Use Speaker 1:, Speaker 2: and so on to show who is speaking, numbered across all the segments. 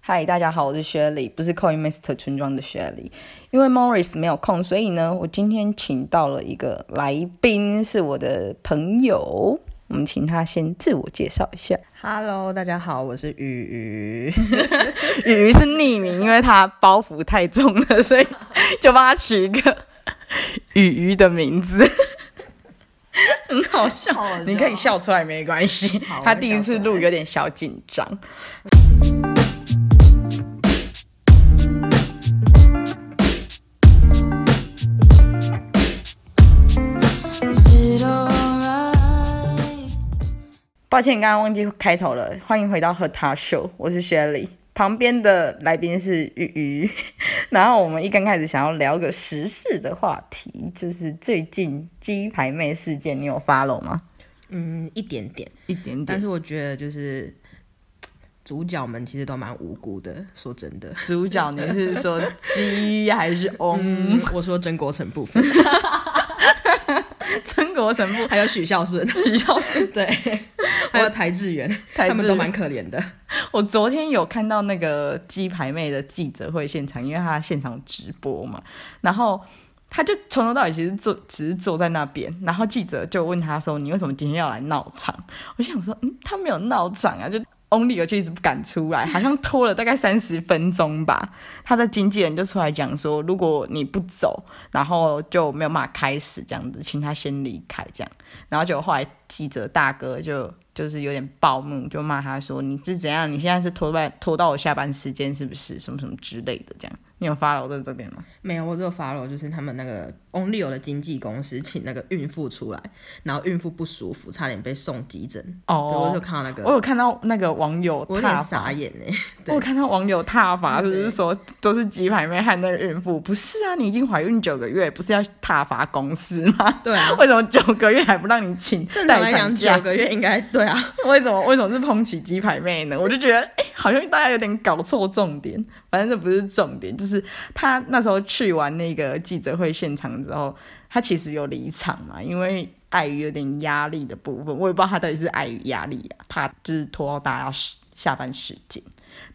Speaker 1: 嗨，大家好，我是雪莉，不是 Coin Master 村庄的雪莉。因为 Morris 没有空，所以呢，我今天请到了一个来宾，是我的朋友。我们请他先自我介绍一下。
Speaker 2: Hello，大家好，我是雨 雨。
Speaker 1: 鱼是匿名，因为他包袱太重了，所以就帮他取一个雨鱼的名字，很好笑。 你可以笑出来没关系
Speaker 2: 好，我
Speaker 1: 他
Speaker 2: 会
Speaker 1: 第一
Speaker 2: 笑
Speaker 1: 次
Speaker 2: 出
Speaker 1: 录
Speaker 2: 来
Speaker 1: 有点小紧张。
Speaker 3: Is it alright?
Speaker 1: 抱歉，刚刚忘记开头了。欢迎回到和他秀，我是 Shelly，旁边的来宾是鱼鱼。 然后我们一刚开始想要聊个时事的话题，就是最近鸡排妹事件，你有 follow 吗？
Speaker 2: 嗯，一点点，
Speaker 1: 一点
Speaker 2: 但是我觉得就是主角们其实都蛮无辜的。说真的，
Speaker 1: 主角你是说鸡还是 翁？
Speaker 2: 嗯，我说曾国成部分，
Speaker 1: 曾国成不
Speaker 2: 还有许孝顺，许孝顺对， 还有 台志远，
Speaker 1: 台
Speaker 2: 他们
Speaker 1: 志
Speaker 2: 都
Speaker 1: 远
Speaker 2: 蛮可怜的。
Speaker 1: 我昨天有看到那个鸡排妹的记者会现场，因为她现场直播嘛，然后她就从头到尾其实坐只是坐在那边，然后记者就问她说：“你为什么今天要来闹场？”我想说，嗯，她没有闹场啊，就 Only 就一直不敢出来，好像拖了大概三十分钟吧。她的经纪人就出来讲说：“如果你不走，然后就没有办法开始这样子，请她先离开这样。”然后就后来记者大哥就就是有点暴怒，就骂他说：“你是怎样？你现在是拖到拖到我下班时间是不是？什么什么之类的这样。”你有发了我在这边吗？
Speaker 2: 没有，我只有 follow 就是他们那个 Only 有的经纪公司请那个孕妇出来，然后孕妇不舒服，差点被送急诊。对，我就
Speaker 1: 哦，
Speaker 2: 看到那个，
Speaker 1: 我有看到那个网友
Speaker 2: 我有
Speaker 1: 踏
Speaker 2: 点
Speaker 1: 伐，
Speaker 2: 傻眼欸呢。
Speaker 1: 我有看到网友踏伐，就是说都是鸡排妹和那个孕妇，不是啊？你已经怀孕九个月，不是要踏伐公司吗？，
Speaker 2: 对啊
Speaker 1: 为什么九个月还不让你请
Speaker 2: 正常
Speaker 1: 待
Speaker 2: 来
Speaker 1: 产
Speaker 2: 讲，
Speaker 1: 假
Speaker 2: 九？个月应该对啊。
Speaker 1: 为什么为什么是抨击鸡排妹呢？我就觉得，哎、好像大家有点搞错重点。反正这不是重点，就是他那时候去完那个记者会现场之后，他其实有离场嘛，因为碍于有点压力的部分，我也不知道他到底是碍于压力啊，怕就是拖到大家时下班时间。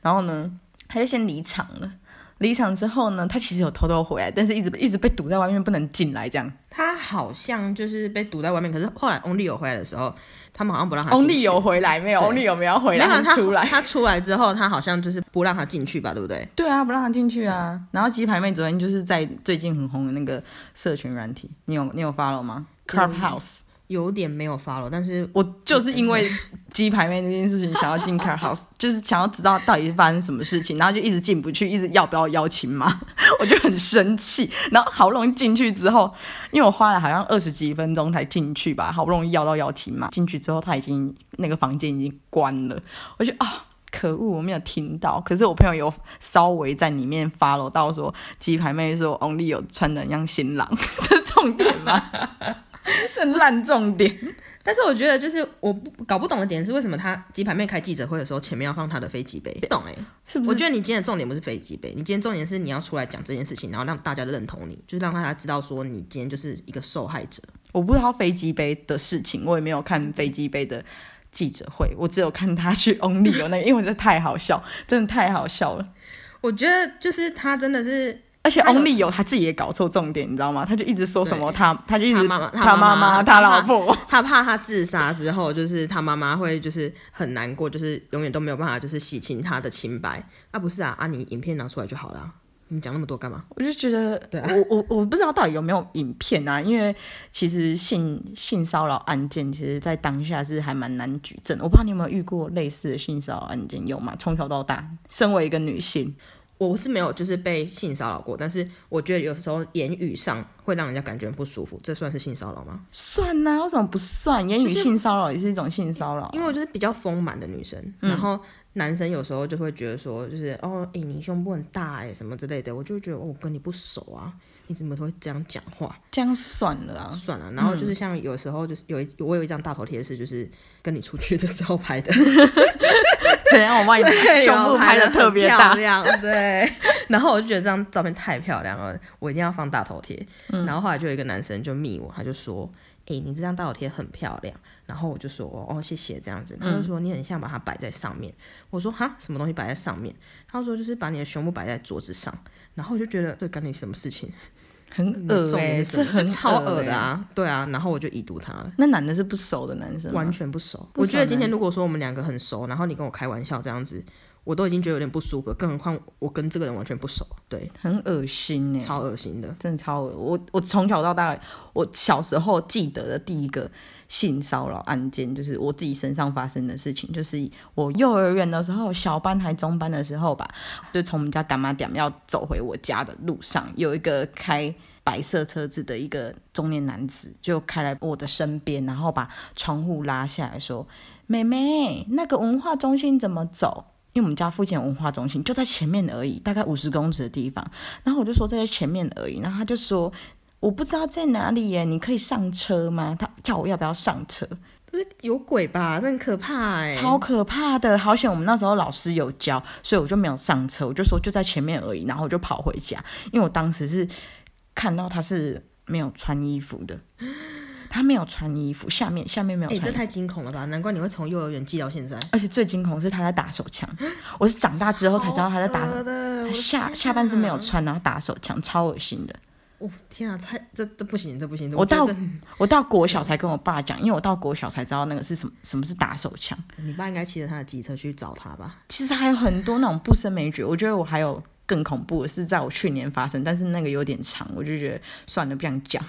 Speaker 1: 然后呢，他就先离场了。离场之后呢，他其实有偷偷回来，但是一直一直被堵在外面，不能进来这样。
Speaker 2: 他好像就是被堵在外面，可是后来 Only 有回来的时候，他们好像不让他进去。
Speaker 1: Only 有回来没有
Speaker 2: 对
Speaker 1: ？Only 有没有回
Speaker 2: 没
Speaker 1: 来？
Speaker 2: 有啊他
Speaker 1: 出来。
Speaker 2: 他出来之后，他好像就是不让他进去吧，对不对？
Speaker 1: 对啊，不让他进去啊。然后鸡排妹昨天就是在最近很红的那个社群软体，你有你有 follow 吗？Clubhouse，、
Speaker 2: 有点没有 follow，但是
Speaker 1: 我就是因为鸡排妹那件事情想要进 Clubhouse，就是 想要知道到底是发生什么事情，然后就一直进不去，一直要不要邀请嘛， 我就很生气。然后好不容易进去之后，因为我花了好像二十几分钟才进去吧，好不容易要到邀请嘛，进去之后他已经那个房间已经关了，我就啊。可恶，我没有听到。可是我朋友有稍微在里面 follow 到说，鸡排妹说 Only 有穿的像新郎， 这是重点吗？ 这烂重点。
Speaker 2: 但是我觉得就是我不搞不懂的点是为什么他鸡排妹开记者会的时候前面要放他的飞机杯，不懂哎、
Speaker 1: 是不是
Speaker 2: 我觉得你今天的重点不是飞机杯，你今天重点是你要出来讲这件事情，然后让大家认同你，就是让大家知道说你今天就是一个受害者。
Speaker 1: 我不知道飞机杯的事情，我也没有看飞机杯的记者会，我只有看他去 Only 有那个，因为这太好笑，真的太好笑了。
Speaker 2: 我觉得就是他真的是
Speaker 1: 而且
Speaker 2: 他有
Speaker 1: Only 有他自己也搞错重点，你知道吗？他就一直说什么
Speaker 2: 对
Speaker 1: 他，他就一直
Speaker 2: 他妈妈
Speaker 1: 他
Speaker 2: 他妈妈
Speaker 1: 妈、他
Speaker 2: 他
Speaker 1: 老
Speaker 2: 妈
Speaker 1: 婆，
Speaker 2: 他怕他自杀之后，就是他妈妈会就是很难过，就是永远都没有办法就是洗清他的清白。啊，不是啊，啊，你影片拿出来就好了啊，你讲那么多干嘛？
Speaker 1: 我就觉得，
Speaker 2: 对啊
Speaker 1: 我我我不知道到底有没有影片啊，因为其实性性骚扰案件，其实在当下是还蛮难举证。我不知道你有没有遇过类似的性骚扰案件，有吗？从小到大，身为一个女性，
Speaker 2: 我是没有就是被性骚扰过，但是我觉得有时候言语上会让人家感觉很不舒服，这算是性骚扰吗？
Speaker 1: 算呐、为什么不算？言语性骚扰也是一种性骚扰啊，
Speaker 2: 因为我就是比较丰满的女生，然后男生有时候就会觉得说，就是哦，诶、你胸部很大诶、什么之类的，我就会觉得、哦、我跟你不熟啊，你怎么会这样讲话？
Speaker 1: 这样算了啊。
Speaker 2: 算了，然后就是像有时候就是有一我有一张大头贴是就是跟你出去的时候拍的，
Speaker 1: 怎样？我把你
Speaker 2: 对，
Speaker 1: 胸部
Speaker 2: 有
Speaker 1: 拍的
Speaker 2: 得很
Speaker 1: 特别
Speaker 2: 漂
Speaker 1: 大，
Speaker 2: 亮， 对。然后我就觉得这张照片太漂亮了，我一定要放大头贴。
Speaker 1: 嗯
Speaker 2: 然后后来就有一个男生就密我，他就说：“诶，你这张大头贴很漂亮。”然后我就说：“哦，谢谢。”这样子，
Speaker 1: 嗯
Speaker 2: 他就说：“你很像把它摆在上面。我说：“哈，什么东西摆在上面？”他说：“就是把你的胸部摆在桌子上。”然后我就觉得，对，干你什么事情？
Speaker 1: 很
Speaker 2: 你的
Speaker 1: 恶
Speaker 2: 重
Speaker 1: 哎、
Speaker 2: 点是什
Speaker 1: 是
Speaker 2: 么就
Speaker 1: 很
Speaker 2: 超恶
Speaker 1: 恶欸！
Speaker 2: 的啊，对啊。然后我就已读他了。
Speaker 1: 那男的是不熟的男生吗，
Speaker 2: 完全不熟。
Speaker 1: 不熟
Speaker 2: 我觉得今天
Speaker 1: 呢
Speaker 2: 如果说我们两个很熟，然后你跟我开玩笑这样子，我都已经觉得有点不舒服了，更何况我跟这个人完全不熟，对，
Speaker 1: 很恶心哎、
Speaker 2: 超恶心的。
Speaker 1: 真的超恶。我我从小到大，我小时候记得的第一个性骚扰案件，就是我自己身上发生的事情，就是我幼儿园的时候，小班还中班的时候吧，就从我们家干妈点要走回我家的路上，有一个开。白色车子的一个中年男子就开来我的身边，然后把窗户拉下来说：“妹妹，那个文化中心怎么走？”因为我们家附近有文化中心就在前面而已，大概五十公尺的地方。然后我就说在前面而已，然后他就说我不知道在哪里耶，你可以上车吗？他叫我要不要上车，
Speaker 2: 不是有鬼吧？这很可怕哎、
Speaker 1: 超可怕的，好险我们那时候老师有教，所以我就没有上车，我就说就在前面而已，然后我就跑回家，因为我当时是看到他是没有穿衣服 的，他没有穿衣服，下面下面没有
Speaker 2: 哎、
Speaker 1: 穿衣
Speaker 2: 这
Speaker 1: 服。
Speaker 2: 太惊恐了吧？难怪你会从幼儿园记到现在。
Speaker 1: 而且最惊恐的是他在打手枪，我是长大之后才知道他在打
Speaker 2: 好恶的，啊
Speaker 1: 他
Speaker 2: 我
Speaker 1: 下下半身没有穿，然后打手枪，超恶心的。
Speaker 2: 我天啊，太这这不行，这不行！
Speaker 1: 我
Speaker 2: 觉
Speaker 1: 到
Speaker 2: 得这
Speaker 1: 我到国小才跟我爸讲，因为我到国小才知道那个是什么，什么是打手枪。
Speaker 2: 你爸应该骑着他的机车去找他吧？
Speaker 1: 其实还有很多那种不胜枚举，我觉得我还有更恐怖的是在我去年发生，但是那个有点长，我就觉得算了，不想 讲，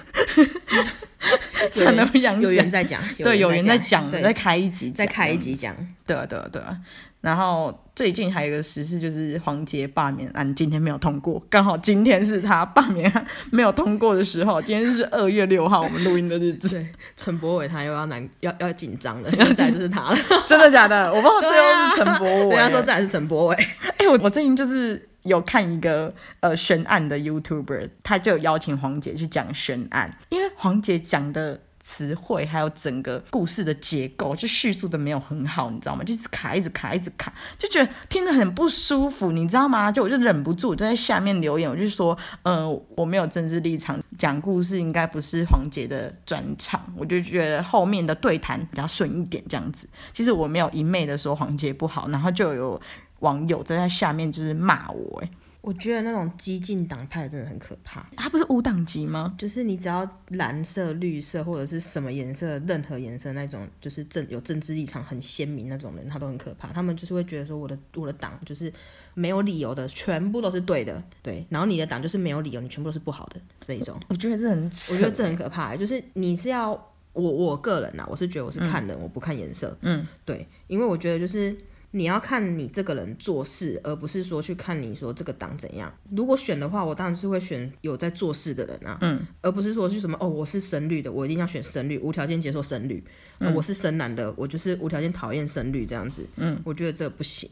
Speaker 1: 算了，不想
Speaker 2: 有缘
Speaker 1: 讲。
Speaker 2: 再讲，
Speaker 1: 对，有人
Speaker 2: 缘
Speaker 1: 在
Speaker 2: 讲，
Speaker 1: 讲，
Speaker 2: 对
Speaker 1: 再开一集，
Speaker 2: 再开一集。讲。
Speaker 1: 对啊，对啊，对啊。然后最近还有一个实事，就是黄杰罢免案今天没有通过，刚好今天是他罢免案没有通过的时候，今天是二月六号我们录音的日子。
Speaker 2: 对，陈柏伟他又要难要要紧张了， 再来就是他了。
Speaker 1: 真的假的？我不知 道最
Speaker 2: 对啊
Speaker 1: 后是陈柏
Speaker 2: 人
Speaker 1: 伟。
Speaker 2: 家说再来是陈柏伟。
Speaker 1: 哎、我我最近就是有看一个呃悬案的 YouTuber，他就有邀请黄姐去讲悬案，因为黄姐讲的。词汇还有整个故事的结构，就叙述的没有很好，你知道吗？就一直卡，一直卡，一直卡，就觉得听得很不舒服，你知道吗？就我就忍不住我就在下面留言，我就说，呃，我没有政治立场，讲故事应该不是黄姐的专场，我就觉得后面的对谈比较顺一点这样子。其实我没有一昧的说黄姐不好，然后就有网友在下面就是骂我、哎，
Speaker 2: 我觉得那种激进党派真的很可怕，
Speaker 1: 他不是无党籍吗？
Speaker 2: 就是你只要蓝色、绿色或者是什么颜色，任何颜色那种，就是政有政治立场很鲜明那种人，他都很可怕。他们就是会觉得说，我的我的党就是没有理由的，全部都是对的，对。然后你的党就是没有理由，你全部都是不好的这一种。
Speaker 1: 我觉得这很扯，
Speaker 2: 我觉得这很可怕欸、就是你是要我我个人呐、啊我是觉得我是
Speaker 1: 嗯
Speaker 2: 看人，我不看颜色。嗯，对，因为我觉得就是你要看你这个人做事，而不是说去看你说这个党怎样。如果选的话，我当然是会选有在做事的人啊，嗯，而不是说去什么哦，我是深绿的，我一定要选深绿，无条件接受深绿。
Speaker 1: 嗯
Speaker 2: 呃我是深蓝的，我就是无条件讨厌深绿这样子。嗯，我觉得这不行。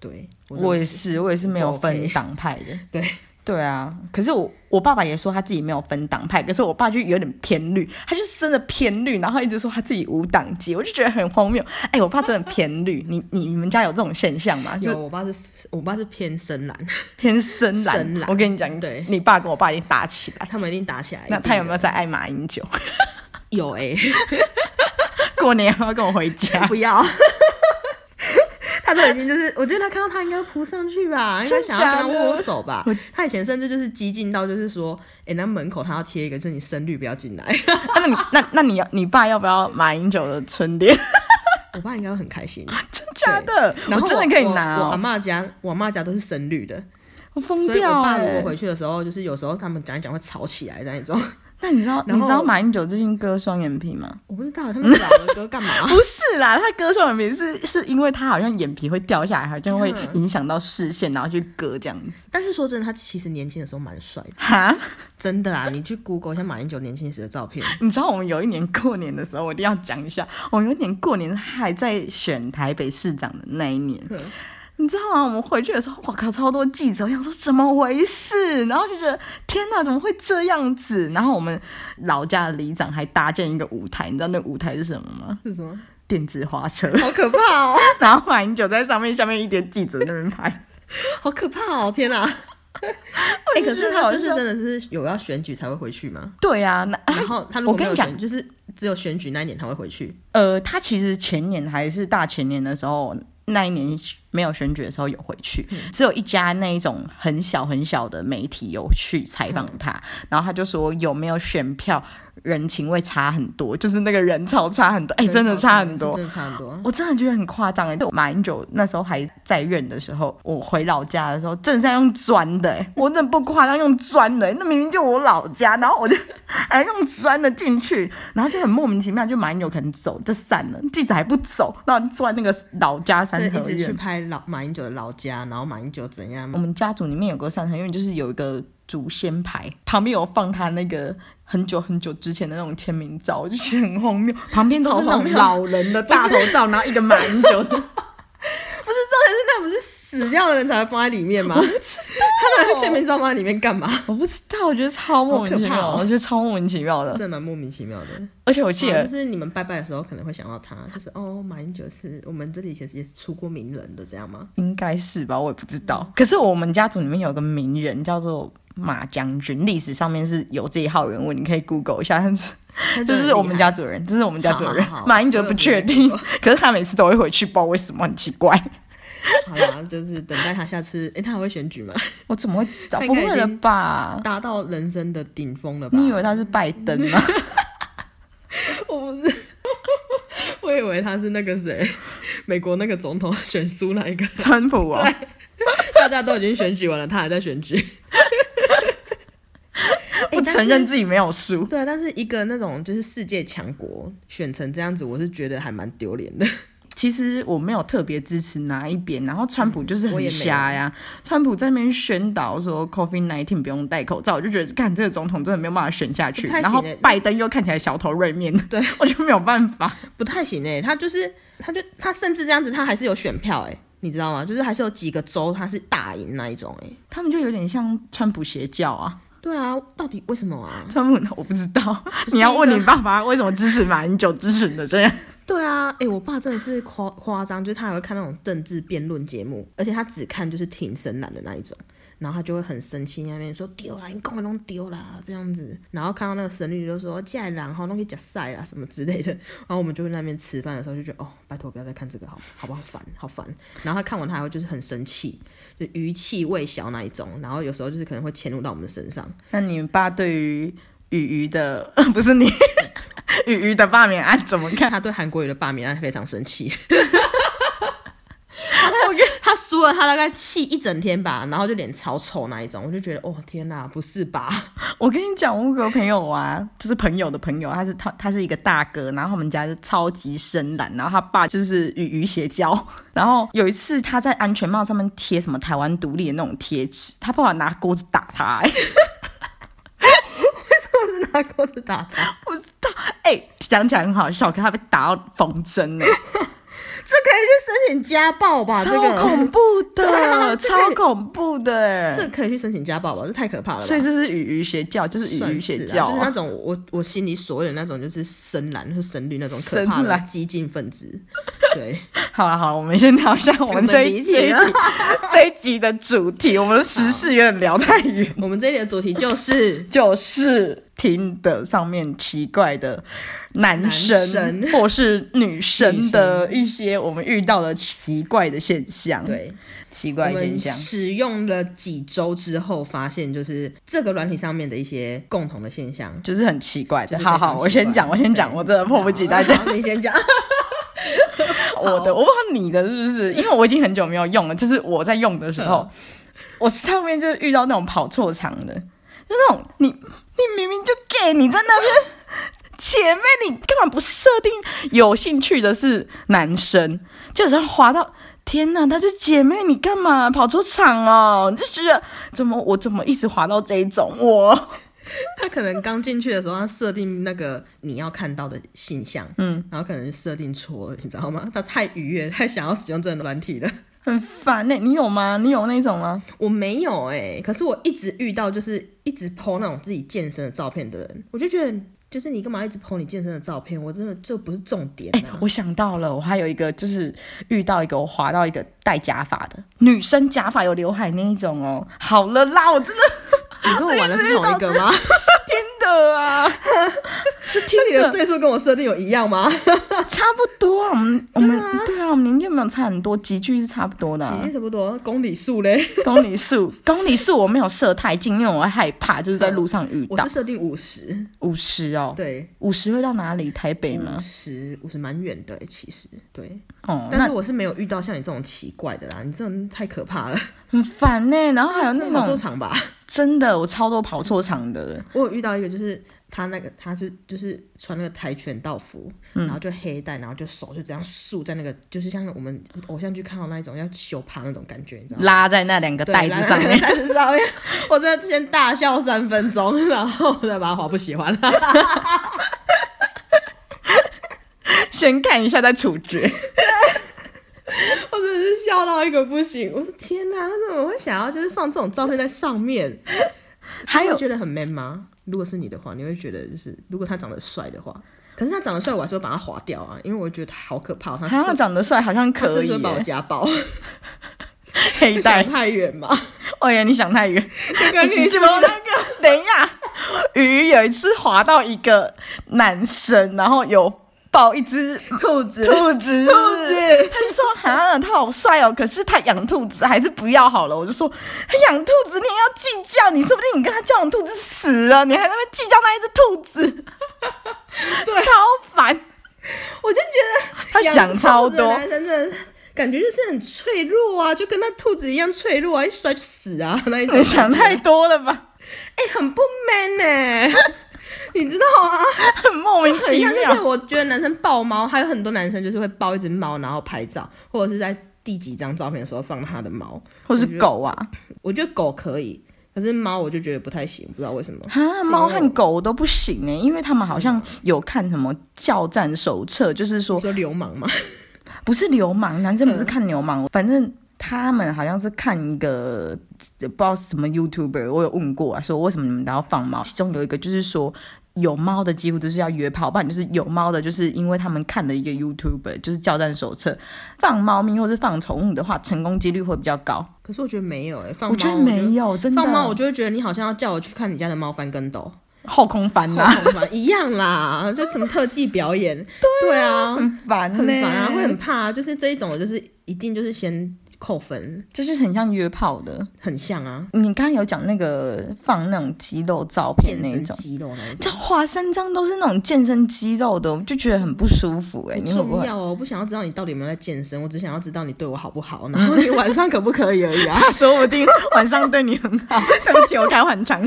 Speaker 2: 对，真的
Speaker 1: 我也是，我也是没有分
Speaker 2: OK
Speaker 1: 党派的。
Speaker 2: 对
Speaker 1: 对啊，可是我我爸爸也说他自己没有分党派，可是我爸就有点偏绿，他就是真的偏绿，然后一直说他自己无党籍，我就觉得很荒谬。哎、我爸真的偏绿， 你你你们家有这种现象吗？就
Speaker 2: 有我爸是，我爸是偏深蓝，
Speaker 1: 偏深蓝，
Speaker 2: 深蓝
Speaker 1: 我跟你讲，
Speaker 2: 对
Speaker 1: 你爸跟我爸已经打起来。
Speaker 2: 他们一定打起来。
Speaker 1: 那他有没有
Speaker 2: 有？
Speaker 1: 在爱马英九？
Speaker 2: 有哎、
Speaker 1: 过年要不要跟我回 家？
Speaker 2: 不要。他都已经就是，我觉得他看到他应该扑上去吧，应该
Speaker 1: 真
Speaker 2: 想要跟
Speaker 1: 假
Speaker 2: 他
Speaker 1: 的
Speaker 2: 握手吧。他以前甚至就是激进到就是说，哎、那门口他要贴一个，就是你深绿不要 进 来。
Speaker 1: 啊那你那那你要你爸要不要马英九的春联？
Speaker 2: 我爸应该会很开心。
Speaker 1: 真假的？
Speaker 2: 然后
Speaker 1: 啊真的可以拿
Speaker 2: 我我我阿
Speaker 1: 哦，
Speaker 2: 妈家，我阿妈家都是深绿的，
Speaker 1: 我疯
Speaker 2: 所以
Speaker 1: 掉
Speaker 2: 我爸
Speaker 1: 哎、
Speaker 2: 如果回去的时候，就是有时候他们讲一讲会吵起来的那一 种。
Speaker 1: 那你知道
Speaker 2: 然
Speaker 1: 你
Speaker 2: 后
Speaker 1: 知道马英九最近割双眼皮吗？
Speaker 2: 我不知道他们老了都干嘛
Speaker 1: 不是啦，他割双眼皮是 是因为他好像眼皮会掉下来，好像会影响到视线，然后去割这样子。
Speaker 2: 但是说真的，他其实年轻的时候蛮帅的，
Speaker 1: 哈，
Speaker 2: 真的啦。你去 Google 一下马英九年轻时的照片，
Speaker 1: 你知道我们有一年过年的时候，我一定要讲一下，我们有一年过年还在选台北市长的那一年。你知道吗？我们回去的时候，我靠，超多记者，我想说怎么回事，然后就觉得天哪，怎么会这样 子？然后我们老家的里长还搭建一个舞台，你知道那个舞台是什么吗？
Speaker 2: 是什么？
Speaker 1: 电子花车，
Speaker 2: 好可怕哦，
Speaker 1: 然后马英九在上面，下面一叠记者在那边拍。
Speaker 2: 好可怕哦，天哪！哎、可是他就是真的是有要选举才会回去吗？
Speaker 1: 对啊，那
Speaker 2: 然后他如果
Speaker 1: 我
Speaker 2: 没
Speaker 1: 跟
Speaker 2: 有
Speaker 1: 你讲
Speaker 2: 选，就是只有选举那一年他会回去。
Speaker 1: 呃，他其实前年还是大前年的时候，那一年没有选举的时候有回去，只有一家那一种很小很小的媒体有去采访他，然后他就说有没有选票人情味差很多，就是那个人潮差很多，哎、真的差很多
Speaker 2: 是。真的差很多。
Speaker 1: 我真的觉得很夸张哎！就马英九那时候还在任的时候，我回老家的时候，正在用砖的、哎，我真的不夸张，用砖的、哎那明明就我老家，然后我就 还用砖的进去，然后就很莫名其妙，就马英九可能走就散了，记者还不走，然后就坐在那个老家
Speaker 2: 所以
Speaker 1: 三
Speaker 2: 一
Speaker 1: 合
Speaker 2: 直去
Speaker 1: 院。嗯
Speaker 2: 拍老马英九的老家，然后马英九怎样
Speaker 1: 我？们家族里面有个三合院，就是有一个祖先牌，旁边有放他那个很久很久之前的那种签名照，我就觉得很荒谬，旁边都是那
Speaker 2: 好荒
Speaker 1: 种
Speaker 2: 谬
Speaker 1: 老人的大头照，然后一个马英九的。
Speaker 2: 不是重点是那不是死掉的人才会放在里面吗？他的签名照放在里面 干嘛？
Speaker 1: 我不知道，我觉得超莫名其
Speaker 2: 好可怕
Speaker 1: 妙，
Speaker 2: 哦
Speaker 1: 我觉得超莫名其妙
Speaker 2: 真
Speaker 1: 的。
Speaker 2: 的蛮莫名其妙的。
Speaker 1: 而且我记
Speaker 2: 哦
Speaker 1: 得
Speaker 2: 就，是你们拜拜的时候可能会想到他，就是哦，马英九是我们这里其实也是出过名人的，这样吗？
Speaker 1: 应该是吧，我也不知道。可是我们家族里面有个名人叫做马将军，历史上面是有这一号人物，你可以 Google 一下。但 是这
Speaker 2: 他真的
Speaker 1: 是我们家
Speaker 2: 很厉
Speaker 1: 族人，这是我们家族人
Speaker 2: 好好。好
Speaker 1: 马英九不确定，可是他每次都会回去，不知道为什么，很奇怪。
Speaker 2: 害，好啦，就是等待他下次，哎、他还会选举吗？
Speaker 1: 我怎么会知道？
Speaker 2: 他
Speaker 1: 不
Speaker 2: 应该
Speaker 1: 会
Speaker 2: 已
Speaker 1: 了
Speaker 2: 经
Speaker 1: 吧？
Speaker 2: 达到人生的顶峰了吧？
Speaker 1: 你以为他是拜登吗？
Speaker 2: 我不是，我以为他是那个谁，美国那个总统选输那一个，
Speaker 1: 川普哦，
Speaker 2: 大家都已经选举完了，他还在选举，
Speaker 1: 不承认自己没有输。
Speaker 2: 哎对啊，但是一个那种就是世界强国选成这样子，我是觉得还蛮丢脸的。
Speaker 1: 其实我没有特别支持哪一边，然后川普就是
Speaker 2: 我也
Speaker 1: 很
Speaker 2: 没有
Speaker 1: 瞎呀。川普在那边宣导说 COVID nineteen 不用戴口罩，我就觉得看这个总统真的没有办法选下去。
Speaker 2: 不太行
Speaker 1: 然后
Speaker 2: 欸
Speaker 1: 拜登又看起来小头锐面，
Speaker 2: 对
Speaker 1: 我就没有办法。
Speaker 2: 不太行哎、他就是，他就他甚至这样子，他还是有选票哎、你知道吗？就是还是有几个州他是大赢那一种哎、
Speaker 1: 他们就有点像川普邪教啊。
Speaker 2: 对啊，到底为什么啊？
Speaker 1: 川普 我不知道，
Speaker 2: 是
Speaker 1: 你要问
Speaker 2: 一个
Speaker 1: 你爸爸为什么支持马英九支持你的这样。
Speaker 2: 对啊，哎、我爸真的是夸夸张，就是他还会看那种政治辩论节目，而且他只看就是挺深蓝的那一种，然后他就会很生气，那边说丢啦，你干嘛弄丢啦这样子，然后看到那个神律就说这样然后弄给假晒啦什么之类的，然后我们就在那边吃饭的时候就觉得哦，拜托不要再看这个，好好不好烦，好烦。然后他看完他还会就是很生气，就余气未消那一种，然后有时候就是可能会迁怒到我们的身上，
Speaker 1: 那你爸对于雨鱼的 不是你雨鱼的罢免案怎么看？
Speaker 2: 他对韩国瑜的罢免案非常生 气。他输了，他大概气一整天吧，然后就脸超臭那一种，我就觉得，哦天哪，不是吧？
Speaker 1: 我跟你讲，我有个朋友啊，就是朋友的朋友，他是他他是一个大哥，然后他们家是超级深蓝，然后他爸就是与鱼邪教， 然后有一次他在安全帽上面贴什么台湾独立的那种贴纸，他爸爸拿锅子打他、欸，
Speaker 2: 是拿锅子打他，
Speaker 1: 我知道， 哎、讲起来很好笑，可他被打到缝 针了，
Speaker 2: 这可以去申请家暴吧？啊这
Speaker 1: 超
Speaker 2: 个，
Speaker 1: 恐怖 的，
Speaker 2: 啊这个
Speaker 1: 超恐怖的、欸，
Speaker 2: 这可以去申请家暴吧？这太可怕了吧。
Speaker 1: 所以这是与鱼邪教，就是与
Speaker 2: 算
Speaker 1: 鱼
Speaker 2: 是
Speaker 1: 邪
Speaker 2: 啊
Speaker 1: 教、
Speaker 2: 就是那种我我心里所谓的那种，就是深蓝或深绿那种可怕
Speaker 1: 深
Speaker 2: 的
Speaker 1: 蓝
Speaker 2: 激进分子。对，
Speaker 1: 好了好了，我们先聊一下 我
Speaker 2: 我
Speaker 1: 们
Speaker 2: 们啊
Speaker 1: 这
Speaker 2: 离
Speaker 1: 一
Speaker 2: 题
Speaker 1: 这一
Speaker 2: 了
Speaker 1: 集这一集的主题，我们的时事有点聊太远，
Speaker 2: 我们这里的主 题就是
Speaker 1: 就是听的上面奇怪的男生
Speaker 2: 男生
Speaker 1: 或是女
Speaker 2: 女
Speaker 1: 生
Speaker 2: 生
Speaker 1: 的一些我们遇到的奇怪的现象，，
Speaker 2: 对。
Speaker 1: 奇
Speaker 2: 我
Speaker 1: 怪的现
Speaker 2: 们
Speaker 1: 象。
Speaker 2: 使用了几周之后，发现就是这个软体上面的一些共同的现象，
Speaker 1: 就是很奇怪的，
Speaker 2: 就是
Speaker 1: 好
Speaker 2: 非常
Speaker 1: 好，我
Speaker 2: 奇怪
Speaker 1: 先讲，我先讲，
Speaker 2: 对
Speaker 1: 我真的迫不及待
Speaker 2: 好
Speaker 1: 讲
Speaker 2: 好你先讲。
Speaker 1: 我的，我不知道你的是不是，因为我已经很久没有用了。就是我在用的时候，我上面就是遇到那种跑错场的，就那种你你明明就 gay，你在那边，姐妹你干嘛不设定有兴趣的是男生，就是滑到。天呐，她是姐妹，你干嘛跑错场哦？你就觉得怎么我怎么一直滑到这一种我？
Speaker 2: 他可能刚进去的时候，他设定那个你要看到的性向，嗯，然后可能设定错了，你知道吗？他太愉悦，太想要使用这种软体了。
Speaker 1: 很烦呢、你有吗？你有那种吗？
Speaker 2: 我没欸有哎、可是我一直遇到就是一直 PO 那种自己健身的照片的人，我就觉得就是你干嘛一直 po 你健身的照片？我真的这不是重点
Speaker 1: 哎、
Speaker 2: 啊。
Speaker 1: 我想到了，我还有一个就是遇到一个，我滑到一个戴假发的女生，假发有刘海那一种哦。好了啦，我真的哎
Speaker 2: 你跟我玩的是同一个吗？
Speaker 1: 听的 啊，是听
Speaker 2: 那你的岁数跟我设定有一样吗？
Speaker 1: 差不多啊。我们我们对啊，我们年纪没有差很多，集距是差不多的、啊
Speaker 2: 比。例差不多，公里数嘞，
Speaker 1: 公里数，公里数我没有设太近，因为我会害怕，就是在路上遇
Speaker 2: 嗯我
Speaker 1: 到
Speaker 2: 是设定五十，
Speaker 1: 五十哦。
Speaker 2: 对，
Speaker 1: 五十会到哪里？台北
Speaker 2: 五
Speaker 1: 吗？
Speaker 2: 十五十蛮远的欸，其实对，
Speaker 1: 哦，
Speaker 2: 但
Speaker 1: 那
Speaker 2: 是我是没有遇到像你这种奇怪的啦，你这种太可怕了，
Speaker 1: 很烦呢、然后还有那
Speaker 2: 那做
Speaker 1: 种
Speaker 2: 场吧。
Speaker 1: 真的，我超多跑错场的。
Speaker 2: 我有遇到一个，就是他那个，他是就是穿那个跆拳道服，
Speaker 1: 嗯
Speaker 2: 然后就黑带，然后就手就这样竖在那个，就是像我们偶像剧看到那一种要手爬那种感觉，你知道吗？
Speaker 1: 拉在那两个
Speaker 2: 哦对
Speaker 1: 袋子 上面，
Speaker 2: 拉在那个袋子上面，我真的之前大笑三分钟，然后我再把它划不喜欢了。
Speaker 1: 先看一下再处 决。
Speaker 2: 我真的是笑到一个不行，我说天哪，他怎么会想要就是放这种照片在上面？
Speaker 1: 还有
Speaker 2: 你会觉得很 man 吗？如果是你的话，你会觉得就是如果他长得帅的话，可是他长得帅，我还是会把他划掉啊，因为我觉得他好可怕，
Speaker 1: 好
Speaker 2: 他
Speaker 1: 像
Speaker 2: 是
Speaker 1: 长得帅，好像
Speaker 2: 他是
Speaker 1: 可
Speaker 2: 不
Speaker 1: 以
Speaker 2: 是会把我
Speaker 1: 耶、
Speaker 2: 家暴？
Speaker 1: 黑
Speaker 2: 想
Speaker 1: 带。
Speaker 2: 太远嘛，
Speaker 1: 哦呀，你想太远。
Speaker 2: 那个
Speaker 1: 你
Speaker 2: 女
Speaker 1: 记
Speaker 2: 生
Speaker 1: 不记
Speaker 2: 那
Speaker 1: 得
Speaker 2: 个，
Speaker 1: 等一下，鱼有一次滑到一个男生，然后有抱一只
Speaker 2: 兔子
Speaker 1: 兔子，
Speaker 2: 兔子
Speaker 1: 他就说：“哈，他好帅哦，可是他养兔子还是不要好了。”我就说：“他养兔子你也要计较，你说不定你跟他交往兔子死了，你还在那边计较那一只兔 子，超烦。
Speaker 2: 我就觉得
Speaker 1: 他想超多
Speaker 2: 养兔子的男生真的感觉就是很脆弱啊，就跟那兔子一样脆弱啊，一摔就死啊那一种
Speaker 1: 你
Speaker 2: 感觉。
Speaker 1: 想太多了吧？
Speaker 2: 哎、很不 man 哎、 你知道啊？
Speaker 1: 很莫名
Speaker 2: 很
Speaker 1: 其
Speaker 2: 像，就是
Speaker 1: 妙。
Speaker 2: 我觉得男生抱猫，还有很多男生就是会抱一只猫，然后拍照，或者是在第几张照片的时候放他的猫。
Speaker 1: 或是狗啊，
Speaker 2: 我觉得狗可以，可是猫我就觉得不太行，不知道为什么。
Speaker 1: 啊，猫和狗我都不行呢、因为他们好像有看什么教战手册，就是
Speaker 2: 你
Speaker 1: 说
Speaker 2: 说流氓吗？
Speaker 1: 不是流氓，男生不是看流氓，哦反正他们好像是看一个呃不知道什么 YouTuber，我有问过啊，说为什么你们都要放猫？其中有一个就是说。有猫的几乎都是要约炮，不然就是有猫的，就是因为他们看了一个 YouTuber，就是教战手册，放猫咪或是放宠物的话，成功几率会比较高。
Speaker 2: 可是我觉得没有哎、放猫
Speaker 1: 我觉得没有，真的
Speaker 2: 放猫，我就会觉得你好像要叫我去看你家的猫翻跟斗，
Speaker 1: 后空啊翻啦、
Speaker 2: 后空翻一样啦，就什么特技表演，对啊，
Speaker 1: 很烦、呢，
Speaker 2: 很烦啊，会很怕、啊，就是这一种，我就是一定就是先扣分，
Speaker 1: 就是很像约炮的。
Speaker 2: 很像啊，
Speaker 1: 你刚刚有讲那个放那种肌肉照片那
Speaker 2: 健
Speaker 1: 一
Speaker 2: 身
Speaker 1: 种，
Speaker 2: 肌肉那一种
Speaker 1: 这。华三张都是那种健身肌肉的，我就觉得很不舒服哎、
Speaker 2: 很
Speaker 1: 你会不
Speaker 2: 重
Speaker 1: 会？
Speaker 2: 要哦，我不想要知道你到底有没有在健身，我只想要知道你对我好不好，然后你晚上可不可以而已 啊。
Speaker 1: 说不定晚上对你很好。对不起，我开晚场，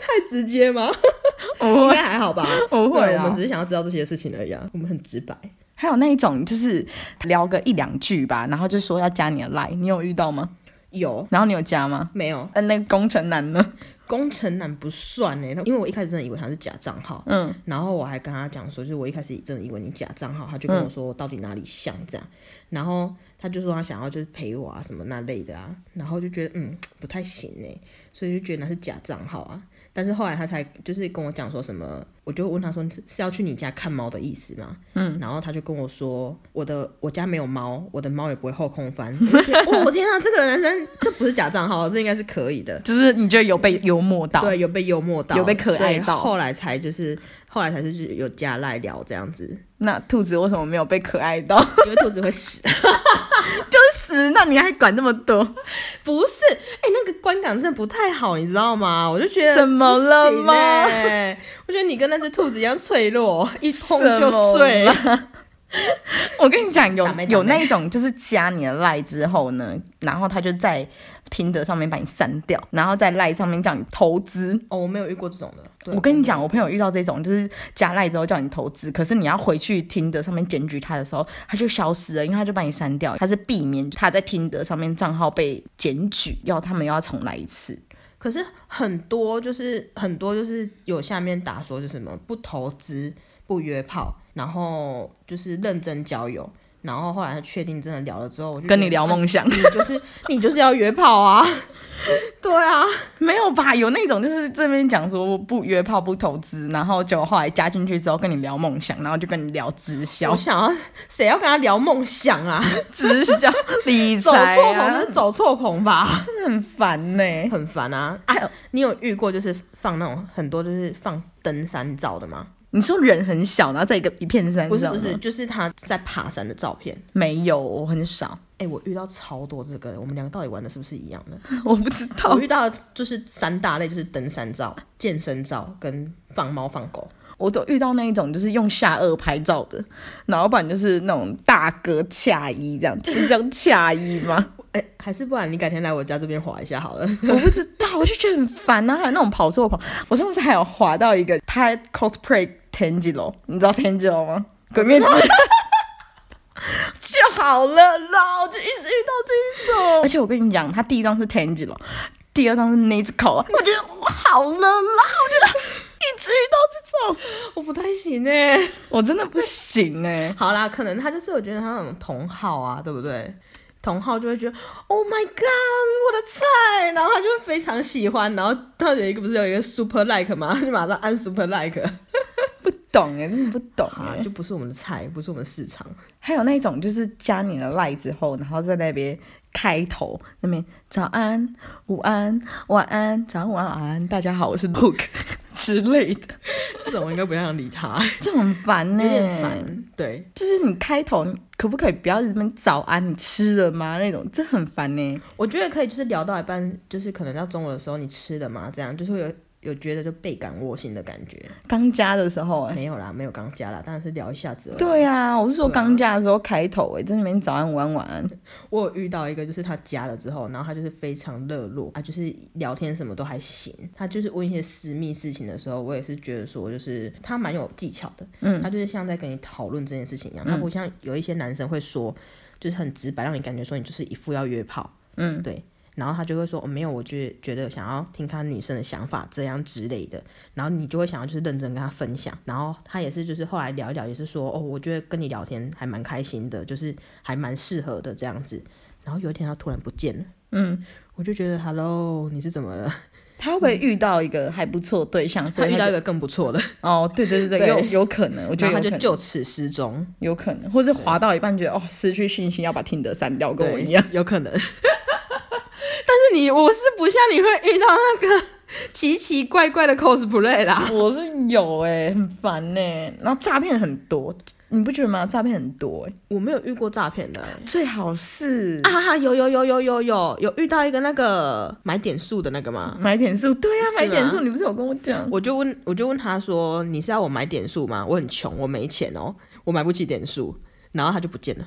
Speaker 2: 太直接吗？
Speaker 1: 我
Speaker 2: 应
Speaker 1: 会
Speaker 2: 该还好吧。
Speaker 1: 我会
Speaker 2: 对我
Speaker 1: 啊
Speaker 2: 们只。是想要知道这些事情而已啊。我们很直白，
Speaker 1: 还有那一种就是聊个一两句吧，然后就说要加你的 line，你有遇到吗？
Speaker 2: 有
Speaker 1: 然后你有加吗？
Speaker 2: 没有？
Speaker 1: 呃，那个工程男呢？
Speaker 2: 工程男不算呢、因为我一开始真的以为他是假账号，
Speaker 1: 嗯，
Speaker 2: 然后我还跟他讲说，就是我一开始真的以为你假账号，他就跟我说我到底哪里像这样，然后他就说他想要就是陪我啊什么那类的啊，然后就觉得嗯不太行哎、所以就觉得那是假账号啊。但是后来他才就是跟我讲说什么，我就问他说是要去你家看猫的意思吗？嗯，然后他就跟我说我的我家没有猫，我的猫也不会后空翻。我就觉得哦我天啊，这个男生这不是假账号，这应该是可以的。
Speaker 1: 就是你觉得有被幽默到？
Speaker 2: 对，有被幽默到，
Speaker 1: 有被可爱到
Speaker 2: 所以后来才就是后来才是有加赖聊这样 子，
Speaker 1: 那兔子为什么没有被可爱到？
Speaker 2: 因为兔子会死。
Speaker 1: 死，那你还管那么多？
Speaker 2: 不是，哎、那个观感真的不太好，你知道吗？我就觉得
Speaker 1: 怎么了吗
Speaker 2: 不行欸我觉得你跟那只兔子一样脆弱，一碰就碎。
Speaker 1: 我跟你讲，有
Speaker 2: 打没打没
Speaker 1: 有那一种就是加你的赖之后呢，然后他就在听得上面把你删掉，然后在赖上面叫你投资。
Speaker 2: 哦，我没有遇过这种的。对
Speaker 1: 我跟你讲，我朋友遇到这种，就是加赖之后叫你投资，可是你要回去听得上面检举他的时候，他就消失了，因为他就把你删掉，他是避免他在听得上面账号被检举，要他们又要重来一次。
Speaker 2: 可是很多就是很多就是有下面打说就是什么不投资、不约炮，然后就是认真交友，然后后嗯来他确定真的聊了之后，我就
Speaker 1: 跟
Speaker 2: 觉
Speaker 1: 你
Speaker 2: 得
Speaker 1: 聊梦想，
Speaker 2: 你就是你就是要约炮啊！对对啊，
Speaker 1: 没有吧？有那种就是这边讲说不约炮不投资，然后就后来加进去之后跟你聊梦想，然后就跟你聊直销
Speaker 2: 我、想要谁要跟他聊梦想啊？
Speaker 1: 直销理
Speaker 2: 走
Speaker 1: 财
Speaker 2: 错
Speaker 1: 啊
Speaker 2: 棚，是走错棚吧？
Speaker 1: 真的很烦呢、
Speaker 2: 很烦啊！
Speaker 1: 哎呦
Speaker 2: 哎，你有遇过就是放那种很多就是放登山照的吗？
Speaker 1: 你说人很小，然后在一个一片山上，
Speaker 2: 不是不是，，就是他在爬山的照片。
Speaker 1: 没有，我很少，
Speaker 2: 哎、我遇到超多这个，我们两个到底玩的是不是一 样的？
Speaker 1: 我不知道
Speaker 2: 我。遇到的就是三大类，就是登山照、健身照跟放猫放狗。
Speaker 1: 我都遇到那一种就是用下颚拍照的，然后不然就是那种大哥恰衣这样，是这样恰衣吗？
Speaker 2: 哎、还是不然你改天来我家这边滑一下好了。
Speaker 1: 我不知道，我就觉得很烦啊。还有那种跑错棚，我上次还有滑到一个他 cosplay Tangelo，你知道 Tangelo 吗？鬼面之刃 就好了啦，我就一直遇到这一种。而且我跟你讲，他第一张是 Tangelo，第二张是 Nico，我觉得哇好了啦，我觉得一直遇到这种，
Speaker 2: 我不太行欸呢、
Speaker 1: 我真的不行哎、
Speaker 2: 好啦，可能他就是我觉得他那种同好啊，对不对？同好就会觉得 Oh my God，我的菜，然后他就会非常喜欢，然后他有一个不是有一个 Super Like 吗？他就马上按 Super Like，
Speaker 1: 不懂哎、真的不懂哎、
Speaker 2: 啊，就不是我们的菜，不是我们市场。
Speaker 1: 还有那种就是加你的赖之后，然后在那边开头那边早安、午安、晚安、早安、晚安、晚安，大家好，我是 Book 之类的，
Speaker 2: 这种我应该不太想理 他，
Speaker 1: 这很烦欸呢、
Speaker 2: 有点。烦。对，
Speaker 1: 就是你开头你可不可以不要在这边早安？你吃了吗？那种这很烦欸呢、
Speaker 2: 我觉得可以，就是聊到一半，就是可能到中午的时候，你吃的嘛，这样就是会有有觉得就倍感窝心的感觉。
Speaker 1: 刚加的时候、欸，
Speaker 2: 没有啦，没有刚加啦，当然是聊一下子而已。
Speaker 1: 对啊，我是说刚加的时候开头、欸，哎，在那边早安、午安、晚安，
Speaker 2: 我有遇到一个，就是他加了之后，然后他就是非常热络啊，就是聊天什么都还行。他就是问一些私密事情的时候，我也是觉得说，就是他蛮有技巧的，嗯，他就是像在跟你讨论这件事情一样，他不像有一些男生会说，就是很直白，让你感觉说你就是一副要约炮，嗯，对。然后他就会说，哦、没有，我觉觉得想要听他女生的想法这样之类的，然后你就会想要就是认真跟他分享，然后他也是就是后来聊一聊，也是说哦，我觉得跟你聊天还蛮开心的，就是还蛮适合的这样子。然后有一天他突然不见了，
Speaker 1: 嗯，
Speaker 2: 我就觉得 Hello，你是怎么了？
Speaker 1: 他会不会遇到一个还不错对象？所以他就
Speaker 2: 个更不错的，
Speaker 1: 哦，对对对对，
Speaker 2: 对
Speaker 1: 有有可能，我觉
Speaker 2: 然
Speaker 1: 得有可
Speaker 2: 后他就
Speaker 1: 能
Speaker 2: 就此失踪，
Speaker 1: 有可能，或是滑到一半觉得哦失去信心，要把听得删掉，跟我
Speaker 2: 对
Speaker 1: 一样。，
Speaker 2: 有可能。但是你我是不像你会遇到那个 奇奇怪怪的 cosplay 啦，
Speaker 1: 我是有哎、很烦哎、然后诈骗很多，你不觉得吗？诈骗很多哎、
Speaker 2: 我没有遇过诈骗的、
Speaker 1: 最好是、
Speaker 2: 啊，有有有有有有有遇到一个那个买点数的那个吗？
Speaker 1: 买点数，对啊，
Speaker 2: 是吗
Speaker 1: 买点数，你不是有跟我讲？
Speaker 2: 我就问，我就问他说：“你是要我买点数吗？我很穷，我没钱哦，我买不起点数。”然后他就不见了。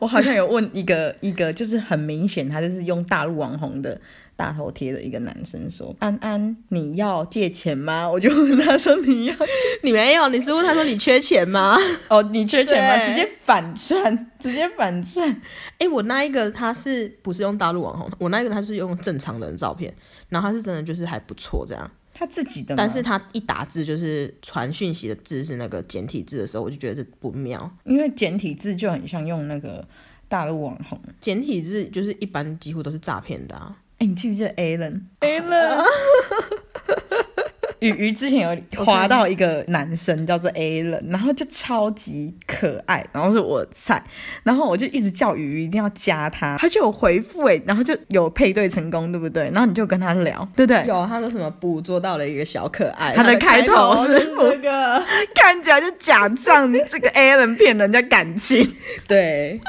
Speaker 1: 我好像有问一个 一个，就是很明显他就是用大陆网红的大头贴的一个男生说：“安安，你要借钱吗？”我就问他说：“你要
Speaker 2: 你没有，你是问他说你缺钱吗？
Speaker 1: 哦，你缺钱吗？”
Speaker 2: 对
Speaker 1: 直接反串，直接反串，
Speaker 2: 哎、我那一个他是不是用大陆网红？我那一个他是用正常人的照片，然后他是真的就是还不错这样，
Speaker 1: 他自己的吗，
Speaker 2: 但是他一打字就是传讯息的字是那个简体字的时候，我就觉得这不妙。
Speaker 1: 因为简体字就很像用那个大陆网红。
Speaker 2: 简体字就是一般几乎都是诈骗的啊。
Speaker 1: 哎、你记不记得 Alan？Alan，雨雨之前有滑到一个男生叫做 Alan，然后就超级可爱，然后是我菜，然后我就一直叫雨雨一定要加他，他就有回复哎、然后就有配对成功，对不对？然后你就跟他聊，对不 对？
Speaker 2: 有，他说什么捕捉到了一个小可爱，
Speaker 1: 他的开头是
Speaker 2: 这 个。
Speaker 1: 看起来就假账，这个 Alan 骗人家感情，
Speaker 2: 对，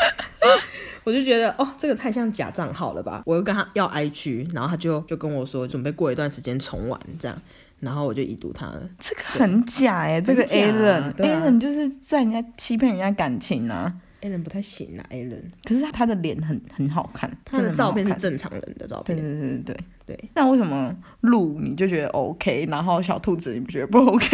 Speaker 2: 我就觉得哦，这个太像假账号了吧？我又跟他要 IG，然后他就就跟我说准备过一段时间重玩这样，然后我就已读他了。
Speaker 1: 这个很假哎、这
Speaker 2: 很
Speaker 1: 个
Speaker 2: 假啊
Speaker 1: Alan，Alan、
Speaker 2: 对啊
Speaker 1: Alan 就是在人家欺骗人家感情啊。
Speaker 2: Allen 不太行啊，Allen，
Speaker 1: 可是他他的脸很很好看，
Speaker 2: 他的
Speaker 1: 真
Speaker 2: 照片
Speaker 1: 很
Speaker 2: 是
Speaker 1: 好看
Speaker 2: 正常人的照
Speaker 1: 对
Speaker 2: 片，
Speaker 1: 对对对
Speaker 2: 对
Speaker 1: 对。那为什么鹿你就觉得 OK，然后小兔子你不觉得不 OK？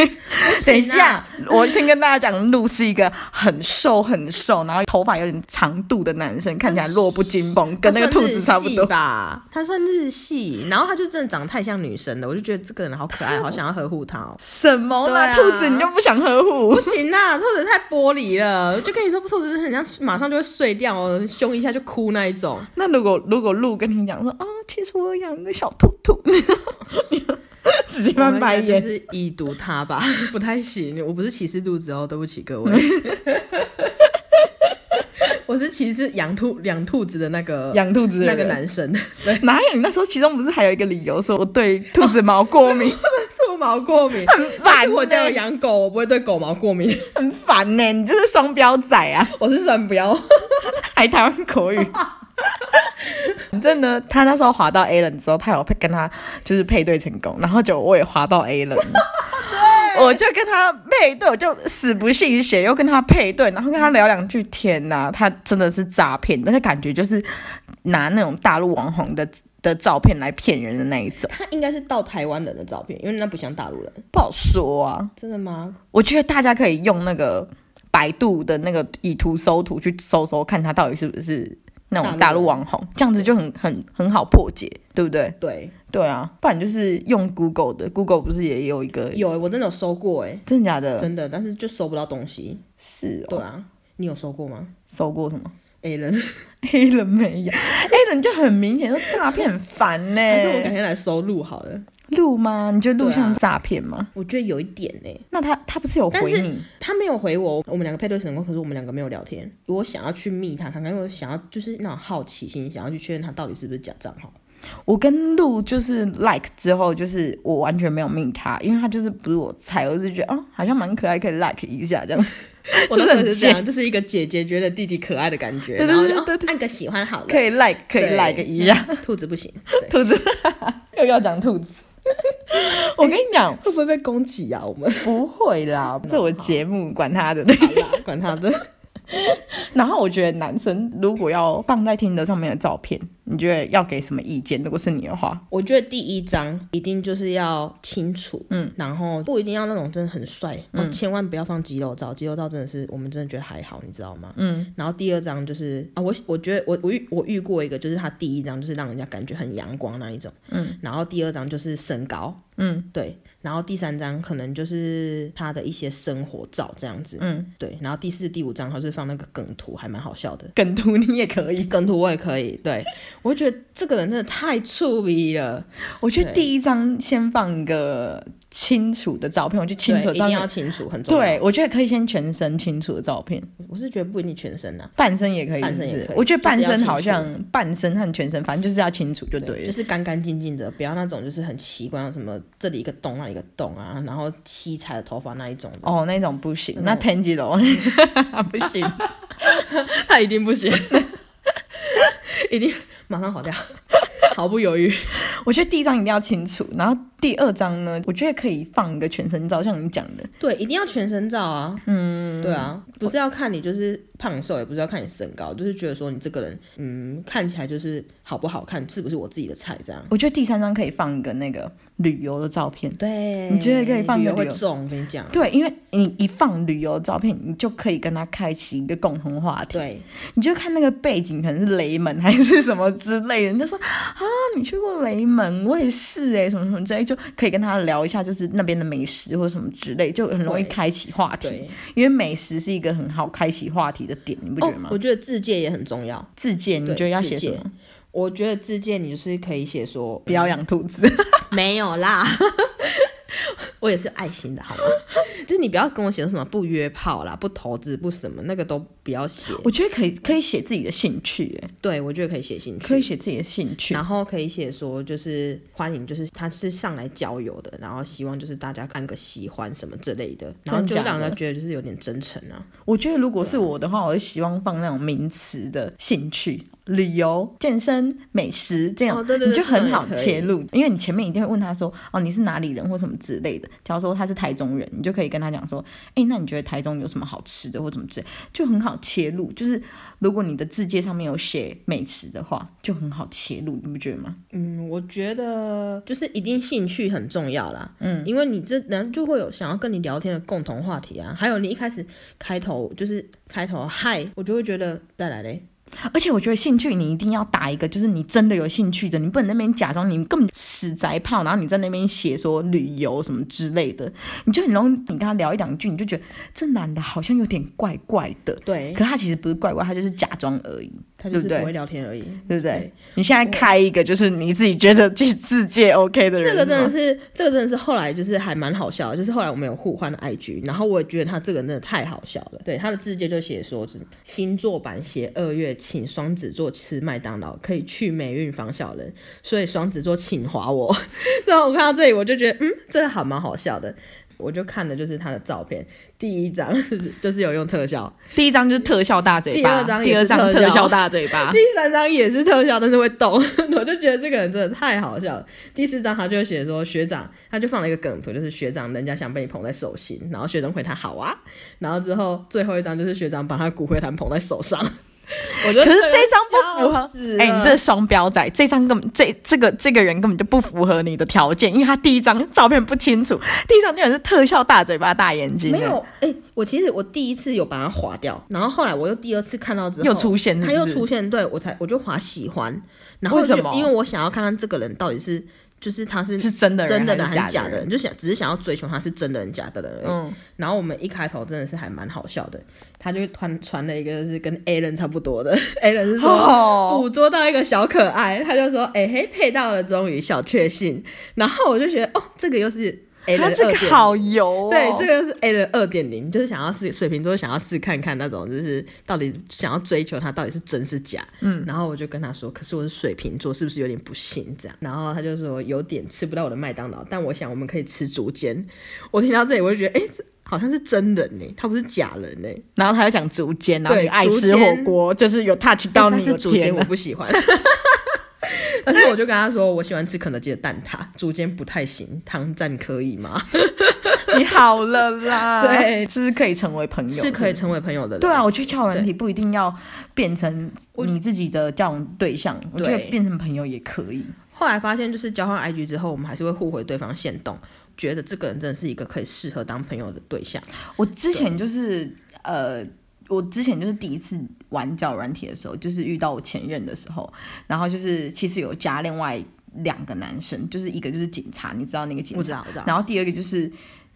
Speaker 1: 等 一
Speaker 2: 不行
Speaker 1: 下，
Speaker 2: 啊
Speaker 1: 我先跟大家讲，鹿是一个很瘦很瘦，然后头发有点长度的男生，看起来弱不禁风，跟那个
Speaker 2: 他算
Speaker 1: 兔
Speaker 2: 日
Speaker 1: 子差不
Speaker 2: 系
Speaker 1: 多。
Speaker 2: 吧？他算日系，然后他就真的长得太像女生了，我就觉得这个人好可 爱，好想要呵护他哦。
Speaker 1: 什么啦？
Speaker 2: 对啊
Speaker 1: 兔子你就不想呵护
Speaker 2: 不？行啊，兔子太玻璃了，就跟你说，兔子很像马上就会碎掉哦，凶一下就哭那一种。
Speaker 1: 那如果如果鹿跟你讲说，哦，其实我有养一个小兔 兔，直接翻白
Speaker 2: 我应该
Speaker 1: 眼
Speaker 2: 就。是已读他吧， 不太行。我不是歧视肚子哦，对不起各 位。我是歧视养兔养兔子的那个
Speaker 1: 养兔子的
Speaker 2: 那个
Speaker 1: 人
Speaker 2: 男生，
Speaker 1: 哪有？你那时候其中不是还有一个理由说我对兔子毛过 敏，
Speaker 2: 兔毛过敏。
Speaker 1: 很
Speaker 2: 但
Speaker 1: 烦、
Speaker 2: 是我家有，养狗，我不会对狗毛过敏。
Speaker 1: 很烦呢、你这是双标仔啊，
Speaker 2: 我是神标，
Speaker 1: 还台湾口语。反正呢，他那时候滑到 A 人之后，他有配跟他就是配对成功，然后就我也滑到 A 人了。我就跟他配对，我就死不信邪，又跟他配对，然后跟他聊两句天呐、他真的是诈骗，但是感觉就是拿那种大陆网红的的照片来骗人的那一种，
Speaker 2: 他应该是盗台湾人的照片，因为那不像大陆人。
Speaker 1: 不好说啊。
Speaker 2: 真的吗？
Speaker 1: 我觉得大家可以用那个百度的那个以图搜图去搜搜，看他到底是不是那种大
Speaker 2: 大
Speaker 1: 陆
Speaker 2: 陆
Speaker 1: 网红，这样子就很很很好破解，对不对？
Speaker 2: 对，
Speaker 1: 对啊，不然就是用 Google 的，Google 不是也有一个
Speaker 2: 有、欸、我真的有收过哎、
Speaker 1: 真的假的？
Speaker 2: 真的，但是就收不到东西。
Speaker 1: 是
Speaker 2: 对
Speaker 1: 哦，
Speaker 2: 啊，你有收过吗
Speaker 1: 搜过什么？
Speaker 2: ？A 人，
Speaker 1: 黑人没有，黑人就很明显，就诈骗很烦呢、
Speaker 2: 还是我改天来收录好了？
Speaker 1: 录吗？你觉得录
Speaker 2: 对啊
Speaker 1: 像诈骗吗？
Speaker 2: 我觉得有一点欸呢、
Speaker 1: 那他他不是有
Speaker 2: 但
Speaker 1: 回
Speaker 2: 是
Speaker 1: 你？
Speaker 2: 他没有回我，我们两个配对成功，可是我们两个没有聊天。我想要去密他看看，因为我想要就是那种好奇心，想要去确认他到底是不是假账 号。
Speaker 1: 我跟露就是 like 之后，就是我完全没有命他，因为他就是不是我菜，我就是觉得哦，好像蛮可爱，可以 like 一下 这样。
Speaker 2: 我
Speaker 1: 是不是
Speaker 2: 那时候
Speaker 1: 很
Speaker 2: 也是这样，
Speaker 1: 贱
Speaker 2: 就是一个姐姐觉得弟弟可爱的感觉，
Speaker 1: 对对
Speaker 2: 然后就
Speaker 1: 对对对
Speaker 2: 哦按个喜欢好了，
Speaker 1: 可以 like 可以
Speaker 2: 对
Speaker 1: like 一下。。
Speaker 2: 兔子不行，对
Speaker 1: 兔子又要讲兔子， 我跟你讲，
Speaker 2: 会不会被攻击啊？我们
Speaker 1: 不会 啦，这我节目管他的。
Speaker 2: 好啦，管他的。
Speaker 1: 然后我觉得男生如果要放在听的上面的照片，你觉得要给什么意见？如果是你的话，
Speaker 2: 我觉得第一章一定就是要清楚，嗯，然后不一定要那种真的很帅，哦，千万不要放肌肉照，肌肉照真的是我们真的觉得还好，你知道吗？嗯，然后第二张就是啊，我我觉得我我遇我遇过一个，就是他第一张就是让人家感觉很阳光那一种，嗯，然后第二张就是身高，嗯，对，然后第三张可能就是他的一些生活照这样子，嗯，对，然后第四、第五张他是放那个梗图，还蛮好笑的。
Speaker 1: 梗图你也可以。
Speaker 2: 梗图我也可以，对我觉得这个人真的太粗鄙了，
Speaker 1: 我觉得
Speaker 2: 对
Speaker 1: 第一张先放一个清楚的照片，我就清
Speaker 2: 对
Speaker 1: 楚的
Speaker 2: 一
Speaker 1: 照
Speaker 2: 定
Speaker 1: 片
Speaker 2: 要清楚，很重要。
Speaker 1: 对，，我觉得可以先全身清楚的照片，
Speaker 2: 我是觉得不一定全身啊，
Speaker 1: 半身也可以，
Speaker 2: 半身
Speaker 1: 是
Speaker 2: 也
Speaker 1: 不是
Speaker 2: 可以
Speaker 1: 我觉得
Speaker 2: 就
Speaker 1: 半
Speaker 2: 是要
Speaker 1: 身
Speaker 2: 清
Speaker 1: 好
Speaker 2: 楚
Speaker 1: 像半身和全身，反正就是要清楚就对了。
Speaker 2: 就是干干净净的，不要那种就是很奇怪，什么这里一个洞那里一个洞啊，然后七彩的头发那一种的，
Speaker 1: 哦，那种不行，
Speaker 2: 嗯
Speaker 1: 那 Tenji 龙不行，
Speaker 2: 他一定不行， 一定马上跑掉， 毫不犹 豫。
Speaker 1: 我觉得第一张一定要清楚，然后第二张呢，我觉得可以放一个全身照，像你讲的，
Speaker 2: 对，一定要全身照啊，嗯，对啊，不是要看你就是胖瘦，也不是要看你身高，就是觉得说你这个人，嗯，看起来就是好不好看，是不是我自己的菜这样。
Speaker 1: 我觉得第三张可以放一个那个旅游的照片。
Speaker 2: 对，
Speaker 1: 你觉得可以放
Speaker 2: 旅游
Speaker 1: 个
Speaker 2: 会
Speaker 1: 旅游
Speaker 2: 中，我跟你讲，
Speaker 1: 对，因为你一放旅游的照片，你就可以跟他开启一个共同话题。
Speaker 2: 对，
Speaker 1: 你就看那个背景，可能是雷门还是什么之类的，你就说啊，你去过雷门，我也是哎、什么什么之类，就可以跟他聊一下，就是那边的美食或者什么之类，就很容易
Speaker 2: 对
Speaker 1: 开启话题
Speaker 2: 对。
Speaker 1: 因为美食是一个很好开启话题的点，你不觉
Speaker 2: 哦
Speaker 1: 得，吗？
Speaker 2: 我觉得自介也很重要。
Speaker 1: 自荐，你
Speaker 2: 对
Speaker 1: 觉得要
Speaker 2: 自
Speaker 1: 写什
Speaker 2: 荐
Speaker 1: 么？
Speaker 2: 我觉得自荐你就是可以写说
Speaker 1: 不要养兔子，
Speaker 2: 没有啦， 我也是有爱心的好吗？ 就是你不要跟我写说什么不约炮啦、不投资、不什么，那个都不要写。
Speaker 1: 我觉得可以，可以写自己的兴趣，哎，
Speaker 2: 对我觉得可以写兴
Speaker 1: 可以
Speaker 2: 趣，
Speaker 1: 写自己的兴趣
Speaker 2: 然。后可以写说就是欢迎，就是他是上来交友的，然后希望就是大家看个喜欢什么之类的，然后
Speaker 1: 真
Speaker 2: 就
Speaker 1: 假的
Speaker 2: 让人家觉得就是有点真诚啊。
Speaker 1: 我觉得如果是我的话，我会希望放那种名词的兴趣，旅游、健身、美食这样，
Speaker 2: 哦对对对
Speaker 1: 你就很好
Speaker 2: 这种也可以
Speaker 1: 切入，因为你前面一定会问他说，哦，你是哪里人或什么之类的。假如说他是台中人，你就可以跟他讲说，哎，那你觉得台中有什么好吃的或什么之类，就很好切入。就是如果你的字界上面有写美食的话，就很好切入，你不觉得吗？
Speaker 2: 嗯，我觉得就是一定兴趣很重要啦。嗯，因为你这人就会有想要跟你聊天的共同话题啊。还有你一开始开头就是开头嗨，我就会觉得再来嘞。
Speaker 1: 而且我觉得兴趣你一定要打一个，就是你真的有兴趣的，你不能那边假装你根本就死宅炮，然后你在那边写说旅游什么之类的，你就很容易你跟他聊一两句，你就觉得这男的好像有点怪怪的，
Speaker 2: 对，
Speaker 1: 可他其实不是怪怪，他就是假装而已。
Speaker 2: 他就是
Speaker 1: 对不对
Speaker 2: 不会聊天而已。
Speaker 1: 对不对？你现在开一个，就是你自己觉得这世界 OK 的人
Speaker 2: 这
Speaker 1: 吗，
Speaker 2: 个真的是，这个真的是后来就是还蛮好笑的，就是后来我们有互换了 IG，然后我也觉得他这个真的太好笑了。对，他的字界就写说，只星座版写二月请双子座吃麦当劳，可以去霉运防小人，所以双子座请划我。 然后我看到这里，我就觉得嗯，这个还蛮好笑的。我就看的就是他的照片，第一张 就是有用特效，
Speaker 1: 第一张就是特效大嘴巴，
Speaker 2: 第二张
Speaker 1: 第
Speaker 2: 也
Speaker 1: 二
Speaker 2: 是
Speaker 1: 张
Speaker 2: 特效
Speaker 1: 效大嘴巴
Speaker 2: 第，三张也是特效，但是会动， 我就觉得这个人真的太好笑了。第四张他就写说学长，他就放了一个梗图，就是学长人家想被你捧在手心，然后学长回他好啊，然后之后最后一张就是学长把他骨灰坛捧在手上， 我觉 得
Speaker 1: 可是这张不符合
Speaker 2: 笑死。了
Speaker 1: 哎、你这双标仔，这张根本这这个这个人根本就不符合你的条件，因为他第一张照片不清楚，第一张居然是特效大嘴巴大眼睛，
Speaker 2: 没有，哎、我其实我第一次有把它划掉，然后后来我又第二次看到之后
Speaker 1: 又出现是不
Speaker 2: 它
Speaker 1: 是
Speaker 2: 又出现，对我才我就划喜欢，然后
Speaker 1: 为什
Speaker 2: 就
Speaker 1: 么
Speaker 2: 因为我想要看看这个人到底是就是他是
Speaker 1: 是真的人
Speaker 2: 真的
Speaker 1: 还
Speaker 2: 人
Speaker 1: 是
Speaker 2: 还
Speaker 1: 假
Speaker 2: 是
Speaker 1: 的
Speaker 2: 假的
Speaker 1: 人
Speaker 2: 人，就想只是想要追求他是真的人假的人而已。
Speaker 1: 嗯
Speaker 2: 然后我们一开头真的是还蛮好笑的，他就传传了一个就是跟 A 人差不多的 ，A 人是说、
Speaker 1: 哦
Speaker 2: 捕捉到一个小可爱，他就说哎、嘿配到了，终于小确幸。然后我就觉得哦，这个又是 A
Speaker 1: 他
Speaker 2: 人
Speaker 1: 这个
Speaker 2: 2.0
Speaker 1: 好油、哦，
Speaker 2: 对，这个就是 A 人二点零，就是想要试水瓶座想要试看看那种，就是到底想要追求他到底是真是假。嗯，然后我就跟他说，可是我是水瓶座，是不是有点不信这样？然后他就说有点吃不到我的麦当劳，但我想我们可以吃竹间。我听到这里，我就觉得，哎、这好像是真人 呢、他不是假人欸呢、
Speaker 1: 然后他就讲竹间，然后
Speaker 2: 对
Speaker 1: 你爱
Speaker 2: 竹
Speaker 1: 吃火
Speaker 2: 间
Speaker 1: 锅，就是有 touch 到
Speaker 2: 但
Speaker 1: 你，
Speaker 2: 是
Speaker 1: 我
Speaker 2: 竹
Speaker 1: 天
Speaker 2: 间我
Speaker 1: 哪
Speaker 2: 不喜欢。但是我就跟他说，我喜欢吃肯德基的蛋挞，竹间不太行，汤站可以吗？
Speaker 1: 你好了啦，
Speaker 2: 对
Speaker 1: 是可以成为朋友，
Speaker 2: 是可以成为朋友的人。
Speaker 1: 对啊，我去交友软体不一定要变成你自己的交往对象，我觉得
Speaker 2: 对
Speaker 1: 变成朋友也可以。
Speaker 2: 后来发现，就是交换 IG 之后，我们还是会互回对方线动，觉得这个人真的是一个可以适合当朋友的对象。
Speaker 1: 我之前就是呃，我之前就是第一次玩交友软体的时候，就是遇到我前任的时候，然后就是其实有加另外两个男生，就是一个就是警察，你知道那个警察，
Speaker 2: 我知道我知道
Speaker 1: 然后第二个就是。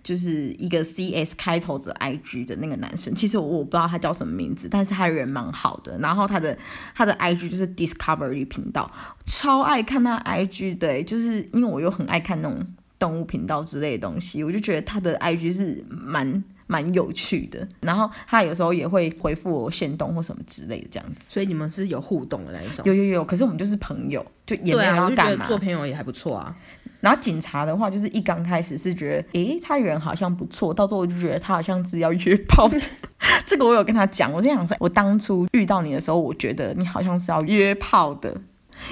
Speaker 1: 就是一个 C S 开头的 I G 的那个男生，其实我我不知道他叫什么名字，但是他人蛮好的。然后他的他的 I G 就是 Discovery 频道，超爱看他 I G 的、欸就是因为我又很爱看那种动物频道之类的东西，我就觉得他的 IG 是蛮蛮有趣的。然后他有时候也会回复我线动或什么之类的这样子。
Speaker 2: 所以你们是有互动的那一种。
Speaker 1: 有有有，可是我们就是朋友，就也没有
Speaker 2: 对啊，
Speaker 1: 要
Speaker 2: 我就觉
Speaker 1: 啊干
Speaker 2: 得
Speaker 1: 嘛。
Speaker 2: 做朋友也还不错啊。
Speaker 1: 然后警察的话，就是一刚开始是觉得，诶，他人好像不错，到最后我就觉得他好像是要约炮 的。这个我有跟他讲，我在想说，我当初遇到你的时候，我觉得你好像是要约炮的。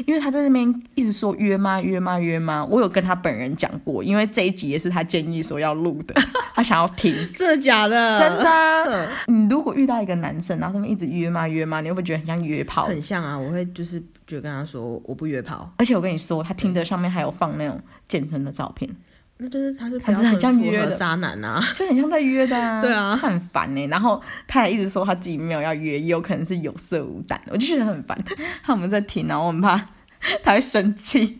Speaker 1: 因为他在那边一直说约吗约吗约吗，我有跟他本人讲过，因为这一集也是他建议说要录的， 他想要听，
Speaker 2: 真的假的？
Speaker 1: 真的啊、你如果遇到一个男生，然后他们一直约吗约吗，你会不会觉得很像约炮？
Speaker 2: 很像啊！我会就是就跟他说我不约炮，
Speaker 1: 而且我跟你说，他听的上面还有放那种健身的照片，
Speaker 2: 那就是他是
Speaker 1: 还是很像约的
Speaker 2: 标准符合渣男啊。
Speaker 1: 就很像在约的啊。
Speaker 2: 对啊
Speaker 1: 他很烦呢、欸然后他还一直说他自己没有要约，也有可能是有色无胆，我就觉得很烦。 他们在听，然后我很怕他会生气。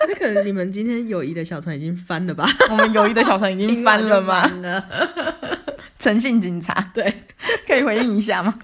Speaker 2: 那可能你们今天友谊的小船已经翻了吧？
Speaker 1: 我们友谊的小船已经 翻了吗？
Speaker 2: 翻了。
Speaker 1: 诚信警察
Speaker 2: 对，
Speaker 1: 可以回应一下吗？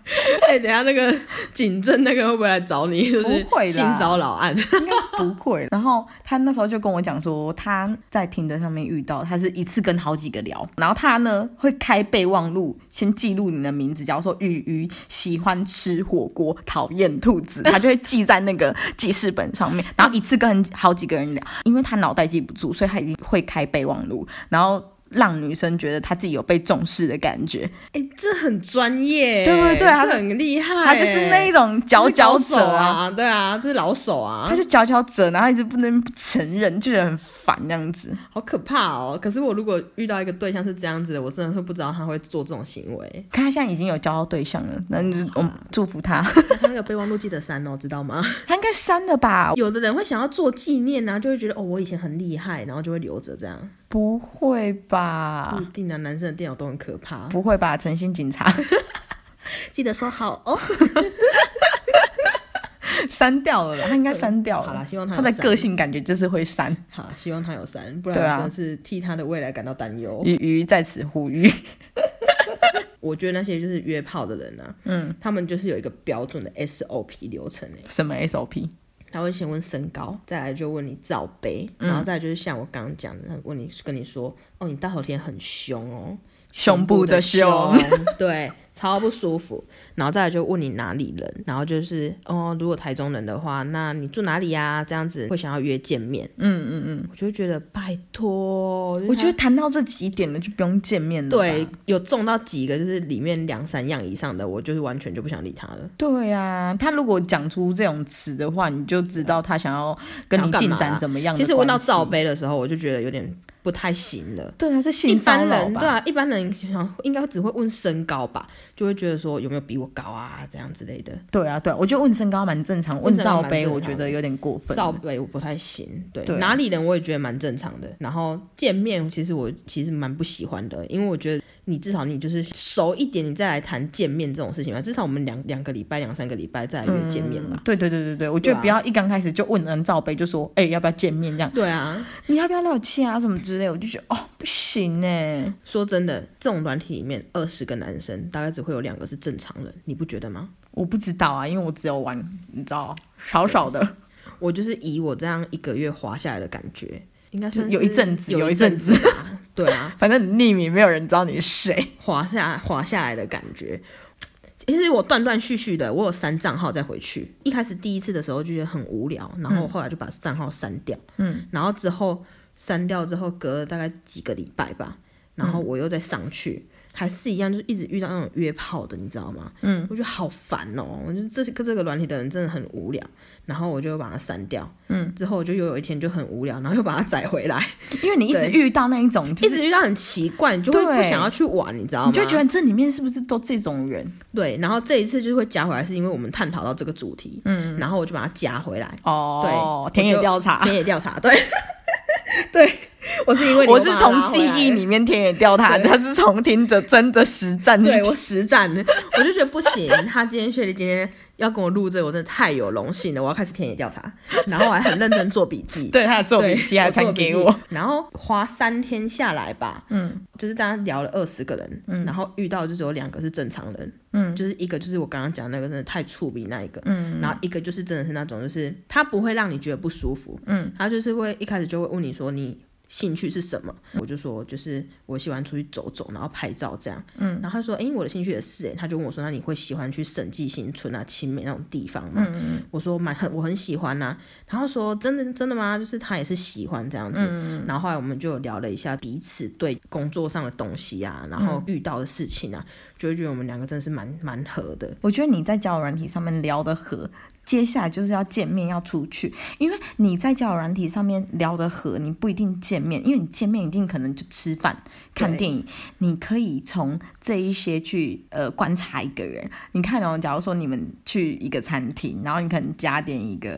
Speaker 2: 哎、等一下那个警政那个会不会来找你？就是
Speaker 1: 不会啦
Speaker 2: 性骚扰
Speaker 1: 应
Speaker 2: 案。
Speaker 1: 该是不会。然后他那时候就跟我讲说，他在听的上面遇到，他是一次跟好几个聊，然后他呢会开备忘录，先记录你的名字，假如说雨鱼喜欢吃火锅，讨厌兔子，他就会记在那个记事本上面，然后一次跟好几个人聊，因为他脑袋记不住，所以他一定会开备忘录，然后。让女生觉得她自己有被重视的感觉，
Speaker 2: 哎、这很专业，欸
Speaker 1: 对对对他
Speaker 2: 这很厉害、欸
Speaker 1: 她就是那一种佼佼
Speaker 2: 佼佼
Speaker 1: 者啊，
Speaker 2: 啊，对啊，这是老手啊
Speaker 1: 她，是佼佼者，啊然后一直不能不承认，就觉得很烦这样子。。
Speaker 2: 好可怕哦！可是我如果遇到一个对象是这样子的，我真的会不知道他会做这种行为
Speaker 1: 可他现在已经有交到对象了，那就是我们祝福他，
Speaker 2: 他那个备忘录记得删哦，知道吗？
Speaker 1: 他应该删了吧？
Speaker 2: 有的人会想要做纪念啊，就会觉得哦，我以前很厉害，然后就会留着这样。
Speaker 1: 不会吧
Speaker 2: 不？一定啊，男生的电脑都很可怕，
Speaker 1: 不会吧？诚信警察
Speaker 2: 记得收好哦。
Speaker 1: 删掉了啦，他应该删掉了。
Speaker 2: 好啦希望他
Speaker 1: 他
Speaker 2: 有
Speaker 1: 的
Speaker 2: 删
Speaker 1: 个性感觉就是会删。
Speaker 2: 好，希望他有删，不
Speaker 1: 对
Speaker 2: 然
Speaker 1: 啊
Speaker 2: 我真的是替他的未来感到担忧。
Speaker 1: 鱼鱼在此呼吁，
Speaker 2: 我觉得那些就是约炮的人啊，嗯，他们就是有一个标准的 SOP 流程诶、
Speaker 1: 什么 SOP？
Speaker 2: 他会先问身高，再来就问你罩杯，
Speaker 1: 嗯
Speaker 2: 然后再来就是像我刚刚讲的，他问你跟你说，哦，你大头贴很凶哦，
Speaker 1: 胸部的
Speaker 2: 胸
Speaker 1: 胸，
Speaker 2: 对，超不舒服。然后再来就问你哪里人，然后就是哦，如果台中人的话，那你住哪里呀、这样子会想要约见面，嗯嗯嗯，我就觉得拜托，
Speaker 1: 我觉得谈到这几点了，就不用见面了。
Speaker 2: 嗯对，，有中到几个就是里面两三样以上的，我就是完全就不想理他了。
Speaker 1: 对啊，他如果讲出这种词的话，你就知道他想要跟你进展怎么样的关系。
Speaker 2: 其实问到罩杯的时候，我就觉得有点不太行了。
Speaker 1: 对啊，这
Speaker 2: 一
Speaker 1: 性骚
Speaker 2: 般
Speaker 1: 扰
Speaker 2: 人对
Speaker 1: 吧？
Speaker 2: 啊，一般人想应该只会问身高吧，就会觉得说有没有比我高啊，这样之类的。
Speaker 1: 对啊，对啊，我觉得问身高蛮正常，
Speaker 2: 问
Speaker 1: 问
Speaker 2: 身高
Speaker 1: 罩
Speaker 2: 蛮
Speaker 1: 杯
Speaker 2: 正
Speaker 1: 我
Speaker 2: 常
Speaker 1: 觉得
Speaker 2: 的
Speaker 1: 有点过分。
Speaker 2: 罩杯我不太行，对，
Speaker 1: 对啊
Speaker 2: 哪里人我也觉得蛮正常的。然后见面其实我其实蛮不喜欢的，因为我觉得你至少你就是熟一点，你再来谈见面这种事情吧。至少我们两两个礼拜、两三个礼拜再来约见面吧。
Speaker 1: 对对对对对，我觉得
Speaker 2: 对啊
Speaker 1: 不要一刚开始就问人罩杯就说，哎、要不要见面这样？
Speaker 2: 对啊，
Speaker 1: 你要不要聊天啊什么之类？我就觉得哦，不行哎、
Speaker 2: 说真的，这种软体里面二十个男生，大概只会有两个是正常人，你不觉得吗？
Speaker 1: 我不知道啊，因为我只有玩，你知道，少少的，
Speaker 2: 我就是以我这样一个月滑下来的感觉，应该算是
Speaker 1: 有一阵子
Speaker 2: 有
Speaker 1: 有一
Speaker 2: 阵
Speaker 1: 阵
Speaker 2: 子啊，对啊，
Speaker 1: 反正你匿名，没有人知道你是谁。
Speaker 2: 滑下滑下来的感觉。其实我断断续续的，我有删账号再回去。一开始第一次的时候就觉得很无聊，然后后来就把账号删掉。嗯，然后之后删掉之后，隔了大概几个礼拜吧，然后我又再上去，还是一样，就是一直遇到那种约炮的，你知道吗？嗯，我觉得好烦哦、我觉得这个这个软体的人真的很无聊，然后我就把它删掉。嗯，之后我就又有一天就很无聊，然后又把它载回来，
Speaker 1: 因为你一直
Speaker 2: 对
Speaker 1: 遇到那一种，就
Speaker 2: 一
Speaker 1: 是
Speaker 2: 直遇到很奇怪，你就会不
Speaker 1: 对
Speaker 2: 想要去玩，你知道吗？
Speaker 1: 你就觉得这里面是不是都这种人？
Speaker 2: 对，然后这一次就是会加回来，是因为我们探讨到这个主题，嗯，然后我就把它加回来，
Speaker 1: 哦
Speaker 2: 对，
Speaker 1: 田
Speaker 2: 我
Speaker 1: 野
Speaker 2: 就
Speaker 1: 调查，
Speaker 2: 田野调查，对， 对，我是因为
Speaker 1: 啊
Speaker 2: 你
Speaker 1: 我
Speaker 2: 又
Speaker 1: 是
Speaker 2: 把它
Speaker 1: 从
Speaker 2: 拉回
Speaker 1: 记
Speaker 2: 来
Speaker 1: 忆里面田野调查，
Speaker 2: 对
Speaker 1: 他是从听着真的实战。
Speaker 2: 对我实战，我就觉得不行。他今天雪莉今天要跟我录这个，我真的太有荣幸了，我要开始田野调查，然后我还很认真做笔记，
Speaker 1: 对他的做笔记还
Speaker 2: 做
Speaker 1: 传
Speaker 2: 笔
Speaker 1: 给
Speaker 2: 记
Speaker 1: 我，，
Speaker 2: 然后花三天下来吧，嗯，就是大家聊了二十个人，然后遇到就只有两个是正常人，嗯，就是一个就是我刚刚讲那个真的太触鼻那一个，嗯，然后一个就是真的是那种就是他不会让你觉得不舒服，嗯，他就是会一开始就会问你说你。兴趣是什么？我就说，就是我喜欢出去走走，然后拍照这样。嗯，然后他说，诶、我的兴趣也是、诶，他就问我说，那你会喜欢去审计新村啊、青美那种地方吗？我说蛮很我很喜欢啊呐、然后说真的真的吗？就是他也是喜欢这样子。然后后来我们就有聊了一下彼此对工作上的东西啊，然后遇到的事情啊，就会觉得我们两个真的是蛮蛮合的。
Speaker 1: 我觉得你在交友软体上面聊得合，接下来就是要见面要出去，因为你在交友软体上面聊得合，你不一定见面，因为你见面一定可能就吃饭、看
Speaker 2: 对
Speaker 1: 电影，你可以从这一些去呃观察一个人。你看哦，假如说你们去一个餐厅，然后你可能加点一个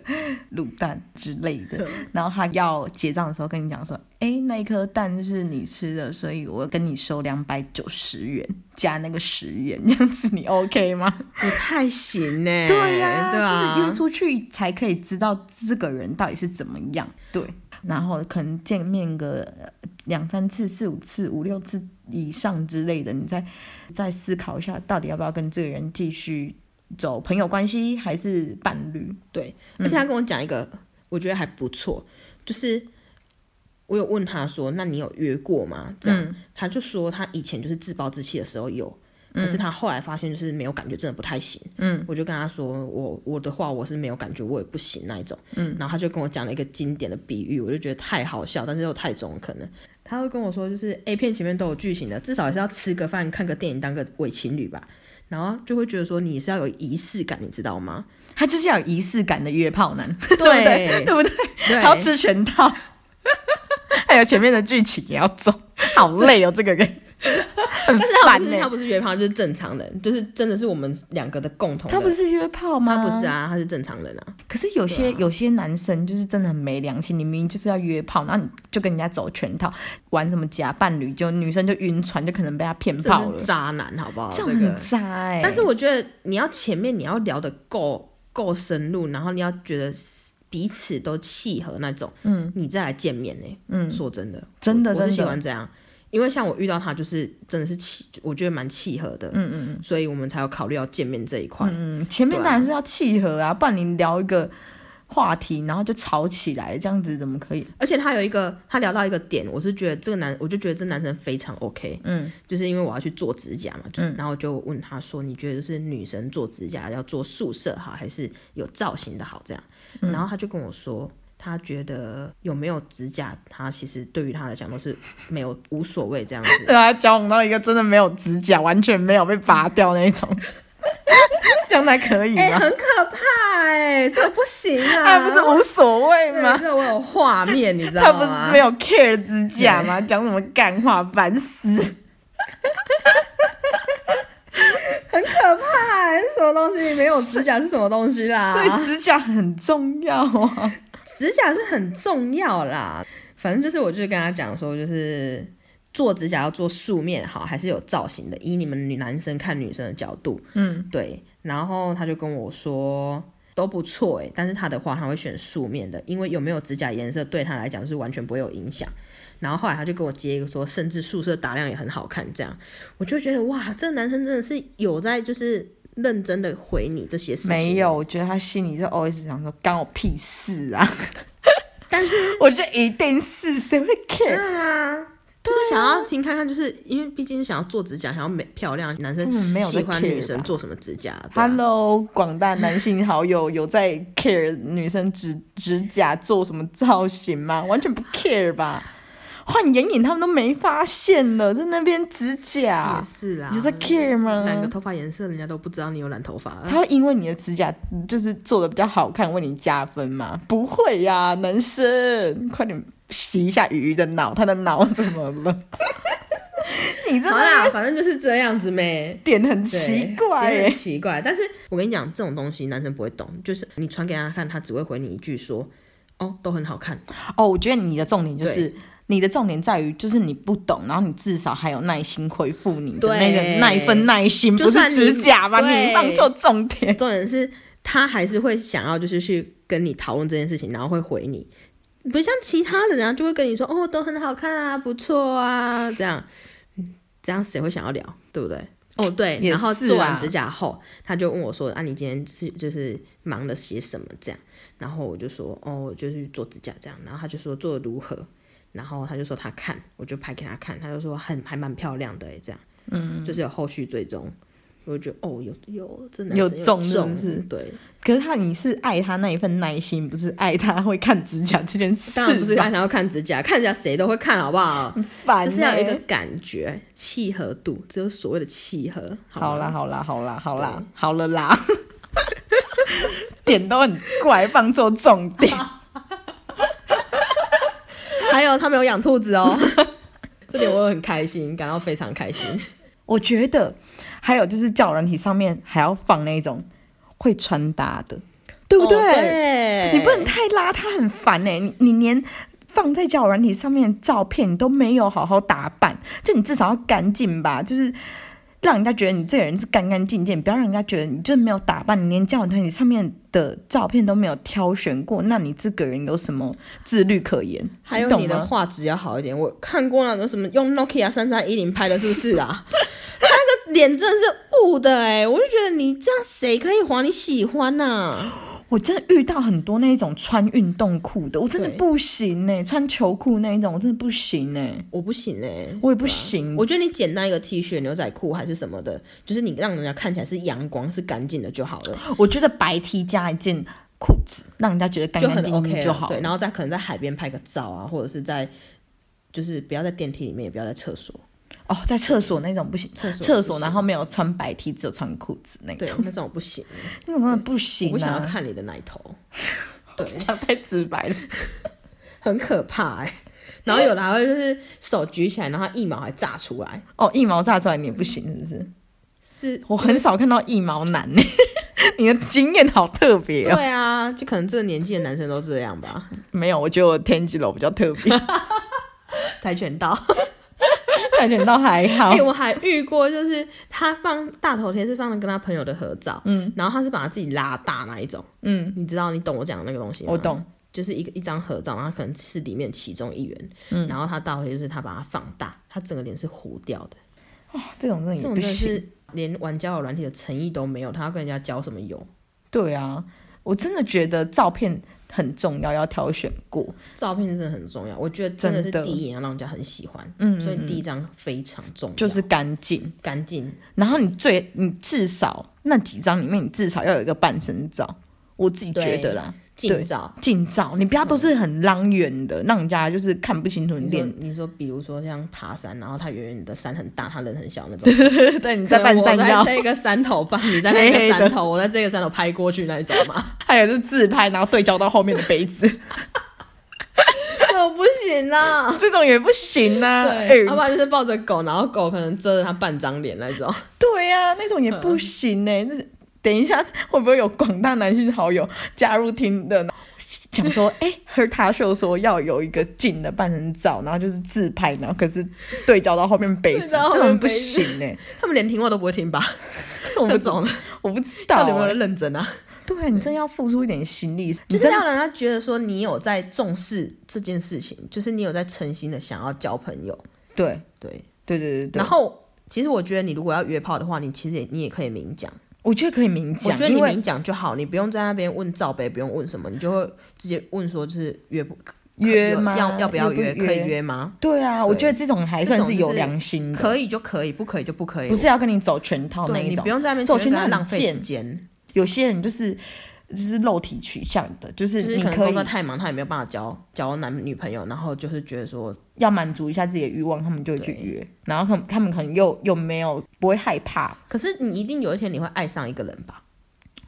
Speaker 1: 卤蛋之类的，然后他要结账的时候跟你讲说，哎，那一颗蛋是你吃的，所以我跟你收两百九十元，加那个十元，这样子你 OK 吗？
Speaker 2: 不太行呢、
Speaker 1: 哎对呀、
Speaker 2: 对啊，
Speaker 1: 就是约出去才可以知道这个人到底是怎么样。对，然后可能见面个呃两三次、四五次、五六次以上之类的，你再再思考一下，到底要不要跟这个人继续走朋友关系还是伴侣？
Speaker 2: 对，而且他跟我讲一个，我觉得还不错，就是我有问他说：“那你有约过吗？”这样，他就说他以前就是自暴自弃的时候有，可是他后来发现就是没有感觉，真的不太行。嗯，我就跟他说：“我我的话我是没有感觉，我也不行那一种。”嗯，然后他就跟我讲了一个经典的比喻，我就觉得太好笑，但是又太中肯了。他会跟我说，就是 A 片前面都有剧情的，至少也是要吃个饭、看个电影、当个伪情侣吧。然后就会觉得说你是要有仪式感，你知道吗？
Speaker 1: 他就是要有仪式感的约炮男，对不对？
Speaker 2: 对
Speaker 1: 对不对？
Speaker 2: 对
Speaker 1: 还要吃全套，还有前面的剧情也要走，好累哦，这个人很
Speaker 2: 但是他
Speaker 1: 烦欸
Speaker 2: 不
Speaker 1: 呢、
Speaker 2: 是他不是约炮，就是正常人，就是真的是我们两个的共同的。
Speaker 1: 他不是约炮吗？
Speaker 2: 他不是啊，他是正常人啊。
Speaker 1: 可是有些、有些男生就是真的很没良心，你明明就是要约炮，然后你就跟人家走全套，玩什么假伴侣，就女生就晕船，就可能被他骗
Speaker 2: 这
Speaker 1: 炮了
Speaker 2: 是，渣男，好不好？
Speaker 1: 这
Speaker 2: 啊这
Speaker 1: 样很
Speaker 2: 个，
Speaker 1: 渣哎、
Speaker 2: 但是我觉得你要前面你要聊的够够深入，然后你要觉得彼此都契合那种，嗯，你再来见面呢、嗯，说真的，
Speaker 1: 真的
Speaker 2: 我我
Speaker 1: 真
Speaker 2: 是
Speaker 1: 的
Speaker 2: 喜欢这样。因为像我遇到他，就是真的是契，我觉得蛮契合的，嗯嗯嗯，所以我们才有考虑要见面这一块，
Speaker 1: 嗯，前面
Speaker 2: 对啊
Speaker 1: 当然是要契合啊，不然你聊一个话题，然后就吵起来，这样子怎么可以？
Speaker 2: 而且他有一个，他聊到一个点，我是觉得这个男，我就觉得这男生非常 OK，
Speaker 1: 嗯，
Speaker 2: 就是因为我要去做指甲嘛，就、然后就问他说，你觉得就是女生做指甲要做素色好，还是有造型的好这样？然后他就跟我说，他觉得有没有指甲，他其实对于他来讲都是没有无所谓这样子，
Speaker 1: 对啊，交往到一个真的没有指甲，完全没有被拔掉那一种， 这样才可以
Speaker 2: 哎、
Speaker 1: 吗？
Speaker 2: 很可怕哎、这个不行 啊，
Speaker 1: 他不是无所谓
Speaker 2: 对
Speaker 1: 吗？
Speaker 2: 这个我有画面，你知
Speaker 1: 他
Speaker 2: 道啊
Speaker 1: 不
Speaker 2: 吗？
Speaker 1: 是没有 care 指甲吗？讲什么干话，烦死！
Speaker 2: 很可怕、欸，什么东西？没有指甲是什么东西 啦？
Speaker 1: 所以指甲很重要啊。
Speaker 2: 指甲是很重要啦。反正就是，我就是跟他讲说，就是做指甲要做素面好，还是有造型的，以你们女男生看女生的角度，
Speaker 1: 嗯，
Speaker 2: 对。然后他就跟我说都不错诶、欸但是他的话他会选素面的，因为有没有指甲颜色对他来讲是完全不会有影响。然后后来他就跟我接一个说，甚至素色打亮也很好看，这样我就觉得哇，这个男生真的是有在就是认真的回你这些事情，
Speaker 1: 没有，，我觉得他心里就 always 想说，干我屁事啊！
Speaker 2: 但是
Speaker 1: 我觉得一定是，谁会 care？
Speaker 2: 对啊，就是想要听看看，就是因为毕竟想要做指甲，想要美漂亮，男生
Speaker 1: 根本没有在
Speaker 2: 喜欢
Speaker 1: care
Speaker 2: 女生
Speaker 1: 吧
Speaker 2: 做什么指甲。对啊
Speaker 1: Hello，广大男性好友，有在 care 女生指指甲做什么造型吗？完全不 care 吧？换眼影他们都没发现了，在那边指甲
Speaker 2: 也，是啦，
Speaker 1: 有在 care 吗？
Speaker 2: 染个头发颜色，人家都不知道你有染头发。
Speaker 1: 他会因为你的指甲就是做的比较好看，为你加分吗？不会呀、男生，快点洗一下鱼鱼的脑，他的脑怎么 了？你这
Speaker 2: 好
Speaker 1: 个
Speaker 2: 啦，反正就是这样子呗。
Speaker 1: 点很
Speaker 2: 对
Speaker 1: 奇怪
Speaker 2: 有点
Speaker 1: 耶、
Speaker 2: 奇怪。但是我跟你讲，这种东西男生不会懂，就是你传给他看，他只会回你一句说：“哦，都很好看。
Speaker 1: 哦，我觉得你的重点就是
Speaker 2: 对。
Speaker 1: 你的重点在于，就是你不懂，然后你至少还有耐心回复你的
Speaker 2: 对
Speaker 1: 那个那一份耐心，
Speaker 2: 就
Speaker 1: 不是
Speaker 2: 算你
Speaker 1: 指甲吧？
Speaker 2: 对
Speaker 1: 你放错重”点，
Speaker 2: 重点是他还是会想要就是去跟你讨论这件事情，然后会回你。不像其他人啊，就会跟你说哦，都很好看啊，不错啊，这样，这样谁会想要聊，对不对？哦，对，
Speaker 1: 也
Speaker 2: 然后
Speaker 1: 是
Speaker 2: 做完
Speaker 1: 啊
Speaker 2: 指甲后，他就问我说：“啊，你今天是就是忙了些什么？”这样，然后我就说：“哦，我就是做指甲这样。”然后他就说做的如何，然后他就说他看，我就拍给他看，他就说很还蛮漂亮的诶，这样，嗯，就是有后续追踪，我就觉得哦，有有真的
Speaker 1: 有
Speaker 2: 中
Speaker 1: 中是不是
Speaker 2: 对，
Speaker 1: 可是他你是爱他那一份耐心，不是爱他会看指甲这件事吧。
Speaker 2: 当然不是看他要看指甲，看指甲谁都会看，好不好？
Speaker 1: 烦欸、
Speaker 2: 就是要有一个感觉，契合度，只有所谓的契合。
Speaker 1: 好啦，
Speaker 2: 吗，
Speaker 1: 好啦，好啦，好啦，好了啦。 点都很怪，放错重 点。
Speaker 2: 还有他们有养兔子哦， 这点我很开心，感到非常开心。
Speaker 1: 我觉得还有就是教软体上面还要放那种会穿搭的，对不哦对？
Speaker 2: 哦对
Speaker 1: 你不能太邋遢，很烦哎、你你连放在交友软体上面的照片你都没有好好打扮，就你至少要干净吧，就是让人家觉得你这个人是干干净净，不要让人家觉得你就是没有打扮，你连交友软体上面的照片都没有挑选过，那你这个人有什么自律可言？
Speaker 2: 还有
Speaker 1: 懂
Speaker 2: 你的
Speaker 1: 吗？
Speaker 2: 画质要好一点。我看过那个什么用 Nokia 三三一零拍的，是不 是啊？他那个脸真的是雾的哎、我就觉得你这样谁可以划你喜欢啊呐、
Speaker 1: 我真的遇到很多那一种穿运动裤的，我真的
Speaker 2: 对
Speaker 1: 不行呢、穿球裤那一种我真的不行欸呢、
Speaker 2: 我不行哎、
Speaker 1: 我也不行，
Speaker 2: 我觉得你简单一个 T 恤、牛仔裤还是什么的，就是你让人家看起来是阳光、是干净的就好了，
Speaker 1: 我觉得白 T 加一件裤子，让人家觉得干
Speaker 2: 就
Speaker 1: 干
Speaker 2: 很
Speaker 1: 净
Speaker 2: OK
Speaker 1: 净
Speaker 2: 了
Speaker 1: 就好。
Speaker 2: 对，然后再可能在海边拍个照啊，或者是在就是不要在电梯里面，也不要在厕所，
Speaker 1: 哦，在厕所那种不行，
Speaker 2: 厕所
Speaker 1: 厕
Speaker 2: 不
Speaker 1: 所
Speaker 2: 行
Speaker 1: 然后没有穿白 T，只有穿裤子 那
Speaker 2: 对
Speaker 1: 种，，
Speaker 2: 那种不行，
Speaker 1: 那种真的不
Speaker 2: 我
Speaker 1: 行
Speaker 2: 不想要
Speaker 1: 啊！
Speaker 2: 看你的奶头，对，
Speaker 1: 讲太直白了，
Speaker 2: 很可怕哎、然后有的还会就是手举起来，然后一毛还炸出来，
Speaker 1: 哦，一毛炸出来你也不行，是不是？
Speaker 2: 是
Speaker 1: 我很少看到一毛男呢， 你的经验好特别哦。
Speaker 2: 对啊，就可能这个年纪的男生都这 样吧，
Speaker 1: 没有，我觉得我天机楼比较特 别，
Speaker 2: 跆拳道。
Speaker 1: 感觉到还好
Speaker 2: 哎、。我还遇过，就是他放大头贴是放跟他朋友的合照，嗯，然后他是把他自己拉大那一种，
Speaker 1: 嗯，
Speaker 2: 你知道，你懂我讲的那个东西吗？
Speaker 1: 我懂，
Speaker 2: 就是一个一张合照，然后可能是里面其中一员，
Speaker 1: 嗯
Speaker 2: 然后他到底就是他把它放大，他整个脸是糊掉的，
Speaker 1: 这种真的
Speaker 2: 这
Speaker 1: 也
Speaker 2: 种
Speaker 1: 不
Speaker 2: 真的
Speaker 1: 行。
Speaker 2: 是连玩交友软体的诚意都没有，他要跟人家交什么友？
Speaker 1: 对啊，我真的觉得照片很重要，要挑选过。
Speaker 2: 照片真的很重要，我觉得真的是
Speaker 1: 真的
Speaker 2: 第一眼要让人家很喜欢，
Speaker 1: 嗯嗯嗯
Speaker 2: 所以第一张非常重要，
Speaker 1: 就是干净。
Speaker 2: 干净，
Speaker 1: 然后你最，你至少那几张里面，你至少要有一个半身照。我自己觉得啦，
Speaker 2: 近照。
Speaker 1: 近照，你不要都是很lang 远的，让人家就是看不清楚你
Speaker 2: 你说
Speaker 1: 脸。
Speaker 2: 你说，比如说像爬山，然后他远远的山很大，他人很小那 种。
Speaker 1: 对对，你在半山
Speaker 2: 可能我
Speaker 1: 腰，
Speaker 2: 在这个山头吧，你 在那
Speaker 1: 黑
Speaker 2: 个
Speaker 1: 黑的
Speaker 2: 山头，我在这个山头拍过去那一种 嘛，
Speaker 1: 还有是自拍，然后对焦到后面的杯子，
Speaker 2: 我不行啦。
Speaker 1: 这种也不行啊。
Speaker 2: 对，要不
Speaker 1: 哎
Speaker 2: 然就是抱着狗，然后狗可能遮着它半张脸那 种。
Speaker 1: 对呀、那种也不行呢、那是等一下会不会有广大男性好友加入听的呢？想说，哎、和他秀说要有一个近的半身照，然后就是自拍，然后可是对焦到后面杯
Speaker 2: 对
Speaker 1: 子，
Speaker 2: 焦到后
Speaker 1: 这
Speaker 2: 面
Speaker 1: 种不
Speaker 2: 杯子
Speaker 1: 行呢、
Speaker 2: 他们连听话都不会听吧？
Speaker 1: 我
Speaker 2: 那
Speaker 1: 不知
Speaker 2: 种的，
Speaker 1: 我不知道、
Speaker 2: 到底有没有
Speaker 1: 欸，
Speaker 2: 认真啊？
Speaker 1: 对你真的要付出一点心力，
Speaker 2: 就
Speaker 1: 你
Speaker 2: 是
Speaker 1: 真的
Speaker 2: 要让人家觉得说你有在重视这件事情，就是你有在诚心的想要交朋友。
Speaker 1: 对
Speaker 2: 对，
Speaker 1: 对对对对。
Speaker 2: 然后其实我觉得你如果要约炮的话，你其实也你也可以明讲，
Speaker 1: 我觉得可以明
Speaker 2: 我
Speaker 1: 讲，
Speaker 2: 觉得
Speaker 1: 因
Speaker 2: 你
Speaker 1: 为
Speaker 2: 明讲就好，你不用在那边问罩杯，不用问什么，你就会直接问说就是约不
Speaker 1: 约
Speaker 2: 有
Speaker 1: 吗？
Speaker 2: 要要不要
Speaker 1: 约
Speaker 2: 约？可以。约吗？
Speaker 1: 对啊，我
Speaker 2: 对
Speaker 1: 觉得这种还算是
Speaker 2: 这种
Speaker 1: 有
Speaker 2: 就是
Speaker 1: 良心的，
Speaker 2: 可以就可以，不可以就不可以。
Speaker 1: 不是要跟你走全套那
Speaker 2: 对
Speaker 1: 一
Speaker 2: 你
Speaker 1: 种
Speaker 2: 不。用在那边
Speaker 1: 走
Speaker 2: 前
Speaker 1: 圈
Speaker 2: 面跟他
Speaker 1: 很
Speaker 2: 浪费
Speaker 1: 贱
Speaker 2: 时间，
Speaker 1: 有些人就是就是肉体取向的，就是
Speaker 2: 就是
Speaker 1: 你
Speaker 2: 可能
Speaker 1: 可
Speaker 2: 工
Speaker 1: 以
Speaker 2: 作太忙，他也没有办法交交男女朋友，然后就是觉得说
Speaker 1: 要满足一下自己的欲望，他们就会去
Speaker 2: 对
Speaker 1: 约，然后他们他们可能又又没有不会害怕。
Speaker 2: 可是你一定有一天你会爱上一个人吧？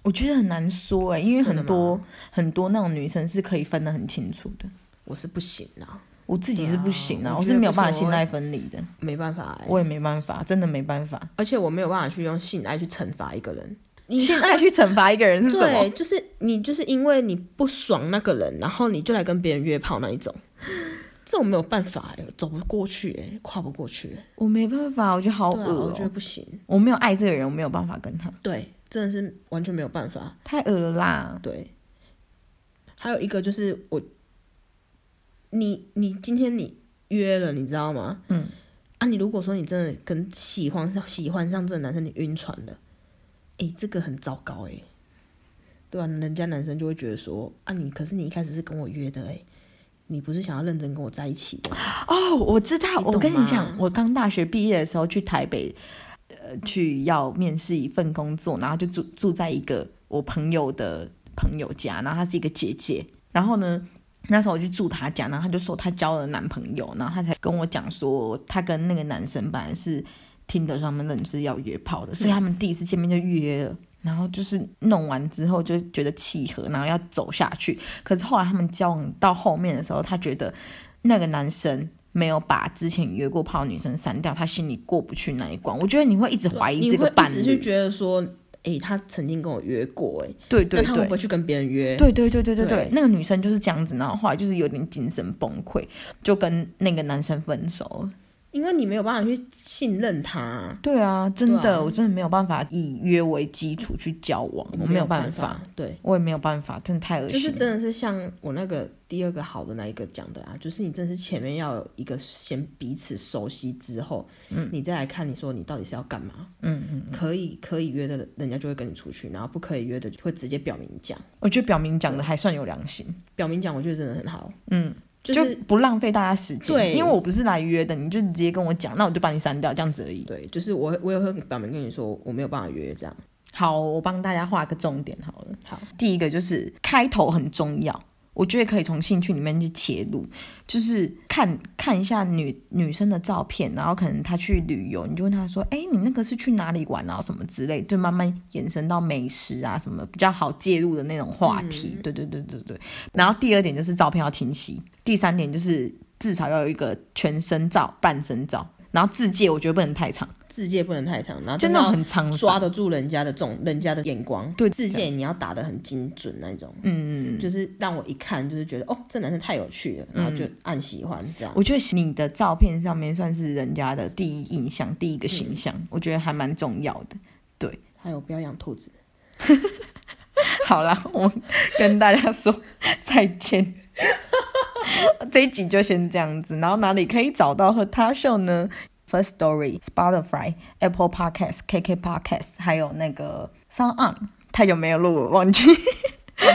Speaker 1: 我觉得很难说哎、因为
Speaker 2: 真的
Speaker 1: 很多很多那种女生是可以分得很清楚的，
Speaker 2: 我是不行啊，
Speaker 1: 我自己是不行啊，
Speaker 2: 对啊
Speaker 1: 我是没有办法
Speaker 2: 我觉得不行
Speaker 1: 信赖分离的，
Speaker 2: 没办法、欸，
Speaker 1: 我也没办法，真的没办法。
Speaker 2: 而且我没有办法去用性爱去惩罚一个人。
Speaker 1: 信赖去惩罚一个人是什
Speaker 2: 对，
Speaker 1: 么？
Speaker 2: 就是你就是因为你不爽那个人，然后你就来跟别人约炮那一种，这我没有办法、欸，走不过去、欸，跨不过去、欸，
Speaker 1: 我没办法，我觉得好
Speaker 2: 对
Speaker 1: 恶
Speaker 2: 啊、
Speaker 1: 哦、
Speaker 2: 我觉得不行，
Speaker 1: 我没有爱这个人，我没有办法跟他，
Speaker 2: 对，真的是完全没有办法，
Speaker 1: 太恶了啦。
Speaker 2: 对。还有一个就是我，你你今天你约了，你知道吗？
Speaker 1: 嗯，
Speaker 2: 啊，你如果说你真的跟喜欢上喜欢上这个男生，你晕船了，诶，这个很糟糕诶，对啊，人家男生就会觉得说啊你，可是你一开始是跟我约的诶，你不是想要认真跟我在一起的，
Speaker 1: 哦，我知道，
Speaker 2: 你懂
Speaker 1: 我跟你
Speaker 2: 吗
Speaker 1: 讲，我刚大学毕业的时候去台北，呃，去要面试一份工作，然后就住住在一个我朋友的朋友家，然后她是一个姐姐，然后呢。那时候我去住她家，然后她就说她交了男朋友，然后她才跟我讲说，她跟那个男生本来是听得上面认识要约炮的，所以他们第一次见面就约了，然后就是弄完之后就觉得契合，然后要走下去。可是后来他们交往到后面的时候，她觉得那个男生没有把之前约过炮的女生删掉，他心里过不去那一关。我觉得你会一直怀疑
Speaker 2: 你
Speaker 1: 这
Speaker 2: 会
Speaker 1: 个伴
Speaker 2: 一直去
Speaker 1: 侣，
Speaker 2: 觉得说，诶，他曾经跟我约过诶，
Speaker 1: 对对
Speaker 2: 那他会
Speaker 1: 对
Speaker 2: 不。会去跟别人约？
Speaker 1: 对对对对对对
Speaker 2: 对，
Speaker 1: 那个女生就是这样子，然后后来就是有点精神崩溃，就跟那个男生分手了。
Speaker 2: 因为你没有办法去信任他啊、
Speaker 1: 对啊，真
Speaker 2: 对
Speaker 1: 的，
Speaker 2: 啊
Speaker 1: 我真的没有办法以约为基础去交往，我没有办法，，
Speaker 2: 对，
Speaker 1: 我也没有办法，真的太恶
Speaker 2: 就
Speaker 1: 心
Speaker 2: 是
Speaker 1: 了。
Speaker 2: 真的是像我那个第二个好的那一个讲的啊，就是你真的是前面要有一个先彼此熟悉之后，嗯，你再来看你说你到底是要干嘛，
Speaker 1: 嗯嗯，
Speaker 2: 可以可以约的人人家就会跟你出去，然后不可以约的就会直接表明讲，
Speaker 1: 我觉得表明讲的还算有良心，
Speaker 2: 表明讲我觉得真的很好，
Speaker 1: 嗯，
Speaker 2: 就是
Speaker 1: 不浪费大家时间。
Speaker 2: 对
Speaker 1: 因为我不是来约的，你就直接跟我讲，那我就把你删掉，这样子而已。
Speaker 2: 对，就是我我也会表明跟你说我没有办法约这样，
Speaker 1: 好，我帮大家画个重点好了。
Speaker 2: 好，
Speaker 1: 第一个就是开头很重要，我觉得可以从兴趣里面去切入，就是看看一下女女生的照片，然后可能她去旅游，你就问她说：“哎、你那个是去哪里玩啊？什么之类。”就慢慢延伸到美食啊什么比较好介入的那种话题。
Speaker 2: 嗯
Speaker 1: 对对对对对。然后第二点就是照片要清晰，第三点就是至少要有一个全身照、半身照，然后字界我觉得不能太长，
Speaker 2: 字界不能太长，然后
Speaker 1: 就
Speaker 2: 真
Speaker 1: 那种
Speaker 2: 的要
Speaker 1: 很长的
Speaker 2: 抓得住人家的重人家的眼光，
Speaker 1: 嗯对
Speaker 2: 字界你要打得很精准那种，
Speaker 1: 嗯，嗯嗯
Speaker 2: 就是让我一看就是觉得哦，这男生太有趣了，然后就暗喜欢这样。
Speaker 1: 嗯我觉得你的照片上面算是人家的第一印象、第一个形象，我觉得还蛮重要的。
Speaker 2: 还有不要养兔子，
Speaker 1: 好啦，我们跟大家说再见。 这一集就先这样子，然后哪里可以找到和他秀呢？First Story、Spotify、Apple Podcast、KK Podcast，还有那个 Sound On。太久没有录，我忘记。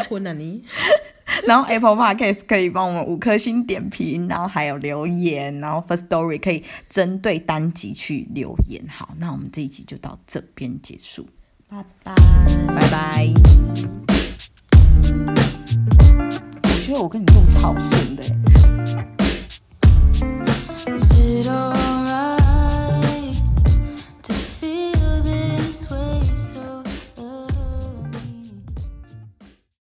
Speaker 2: 婚
Speaker 1: 啊
Speaker 2: 了你，
Speaker 1: 然后 Apple Podcast 可以帮我们五颗星点评，然后还有留言，然后 First Story 可以针对单集去留言。好，那我们这一集就到这边结束，
Speaker 2: 拜拜。
Speaker 1: 拜拜。我觉得我跟你录超顺的欸。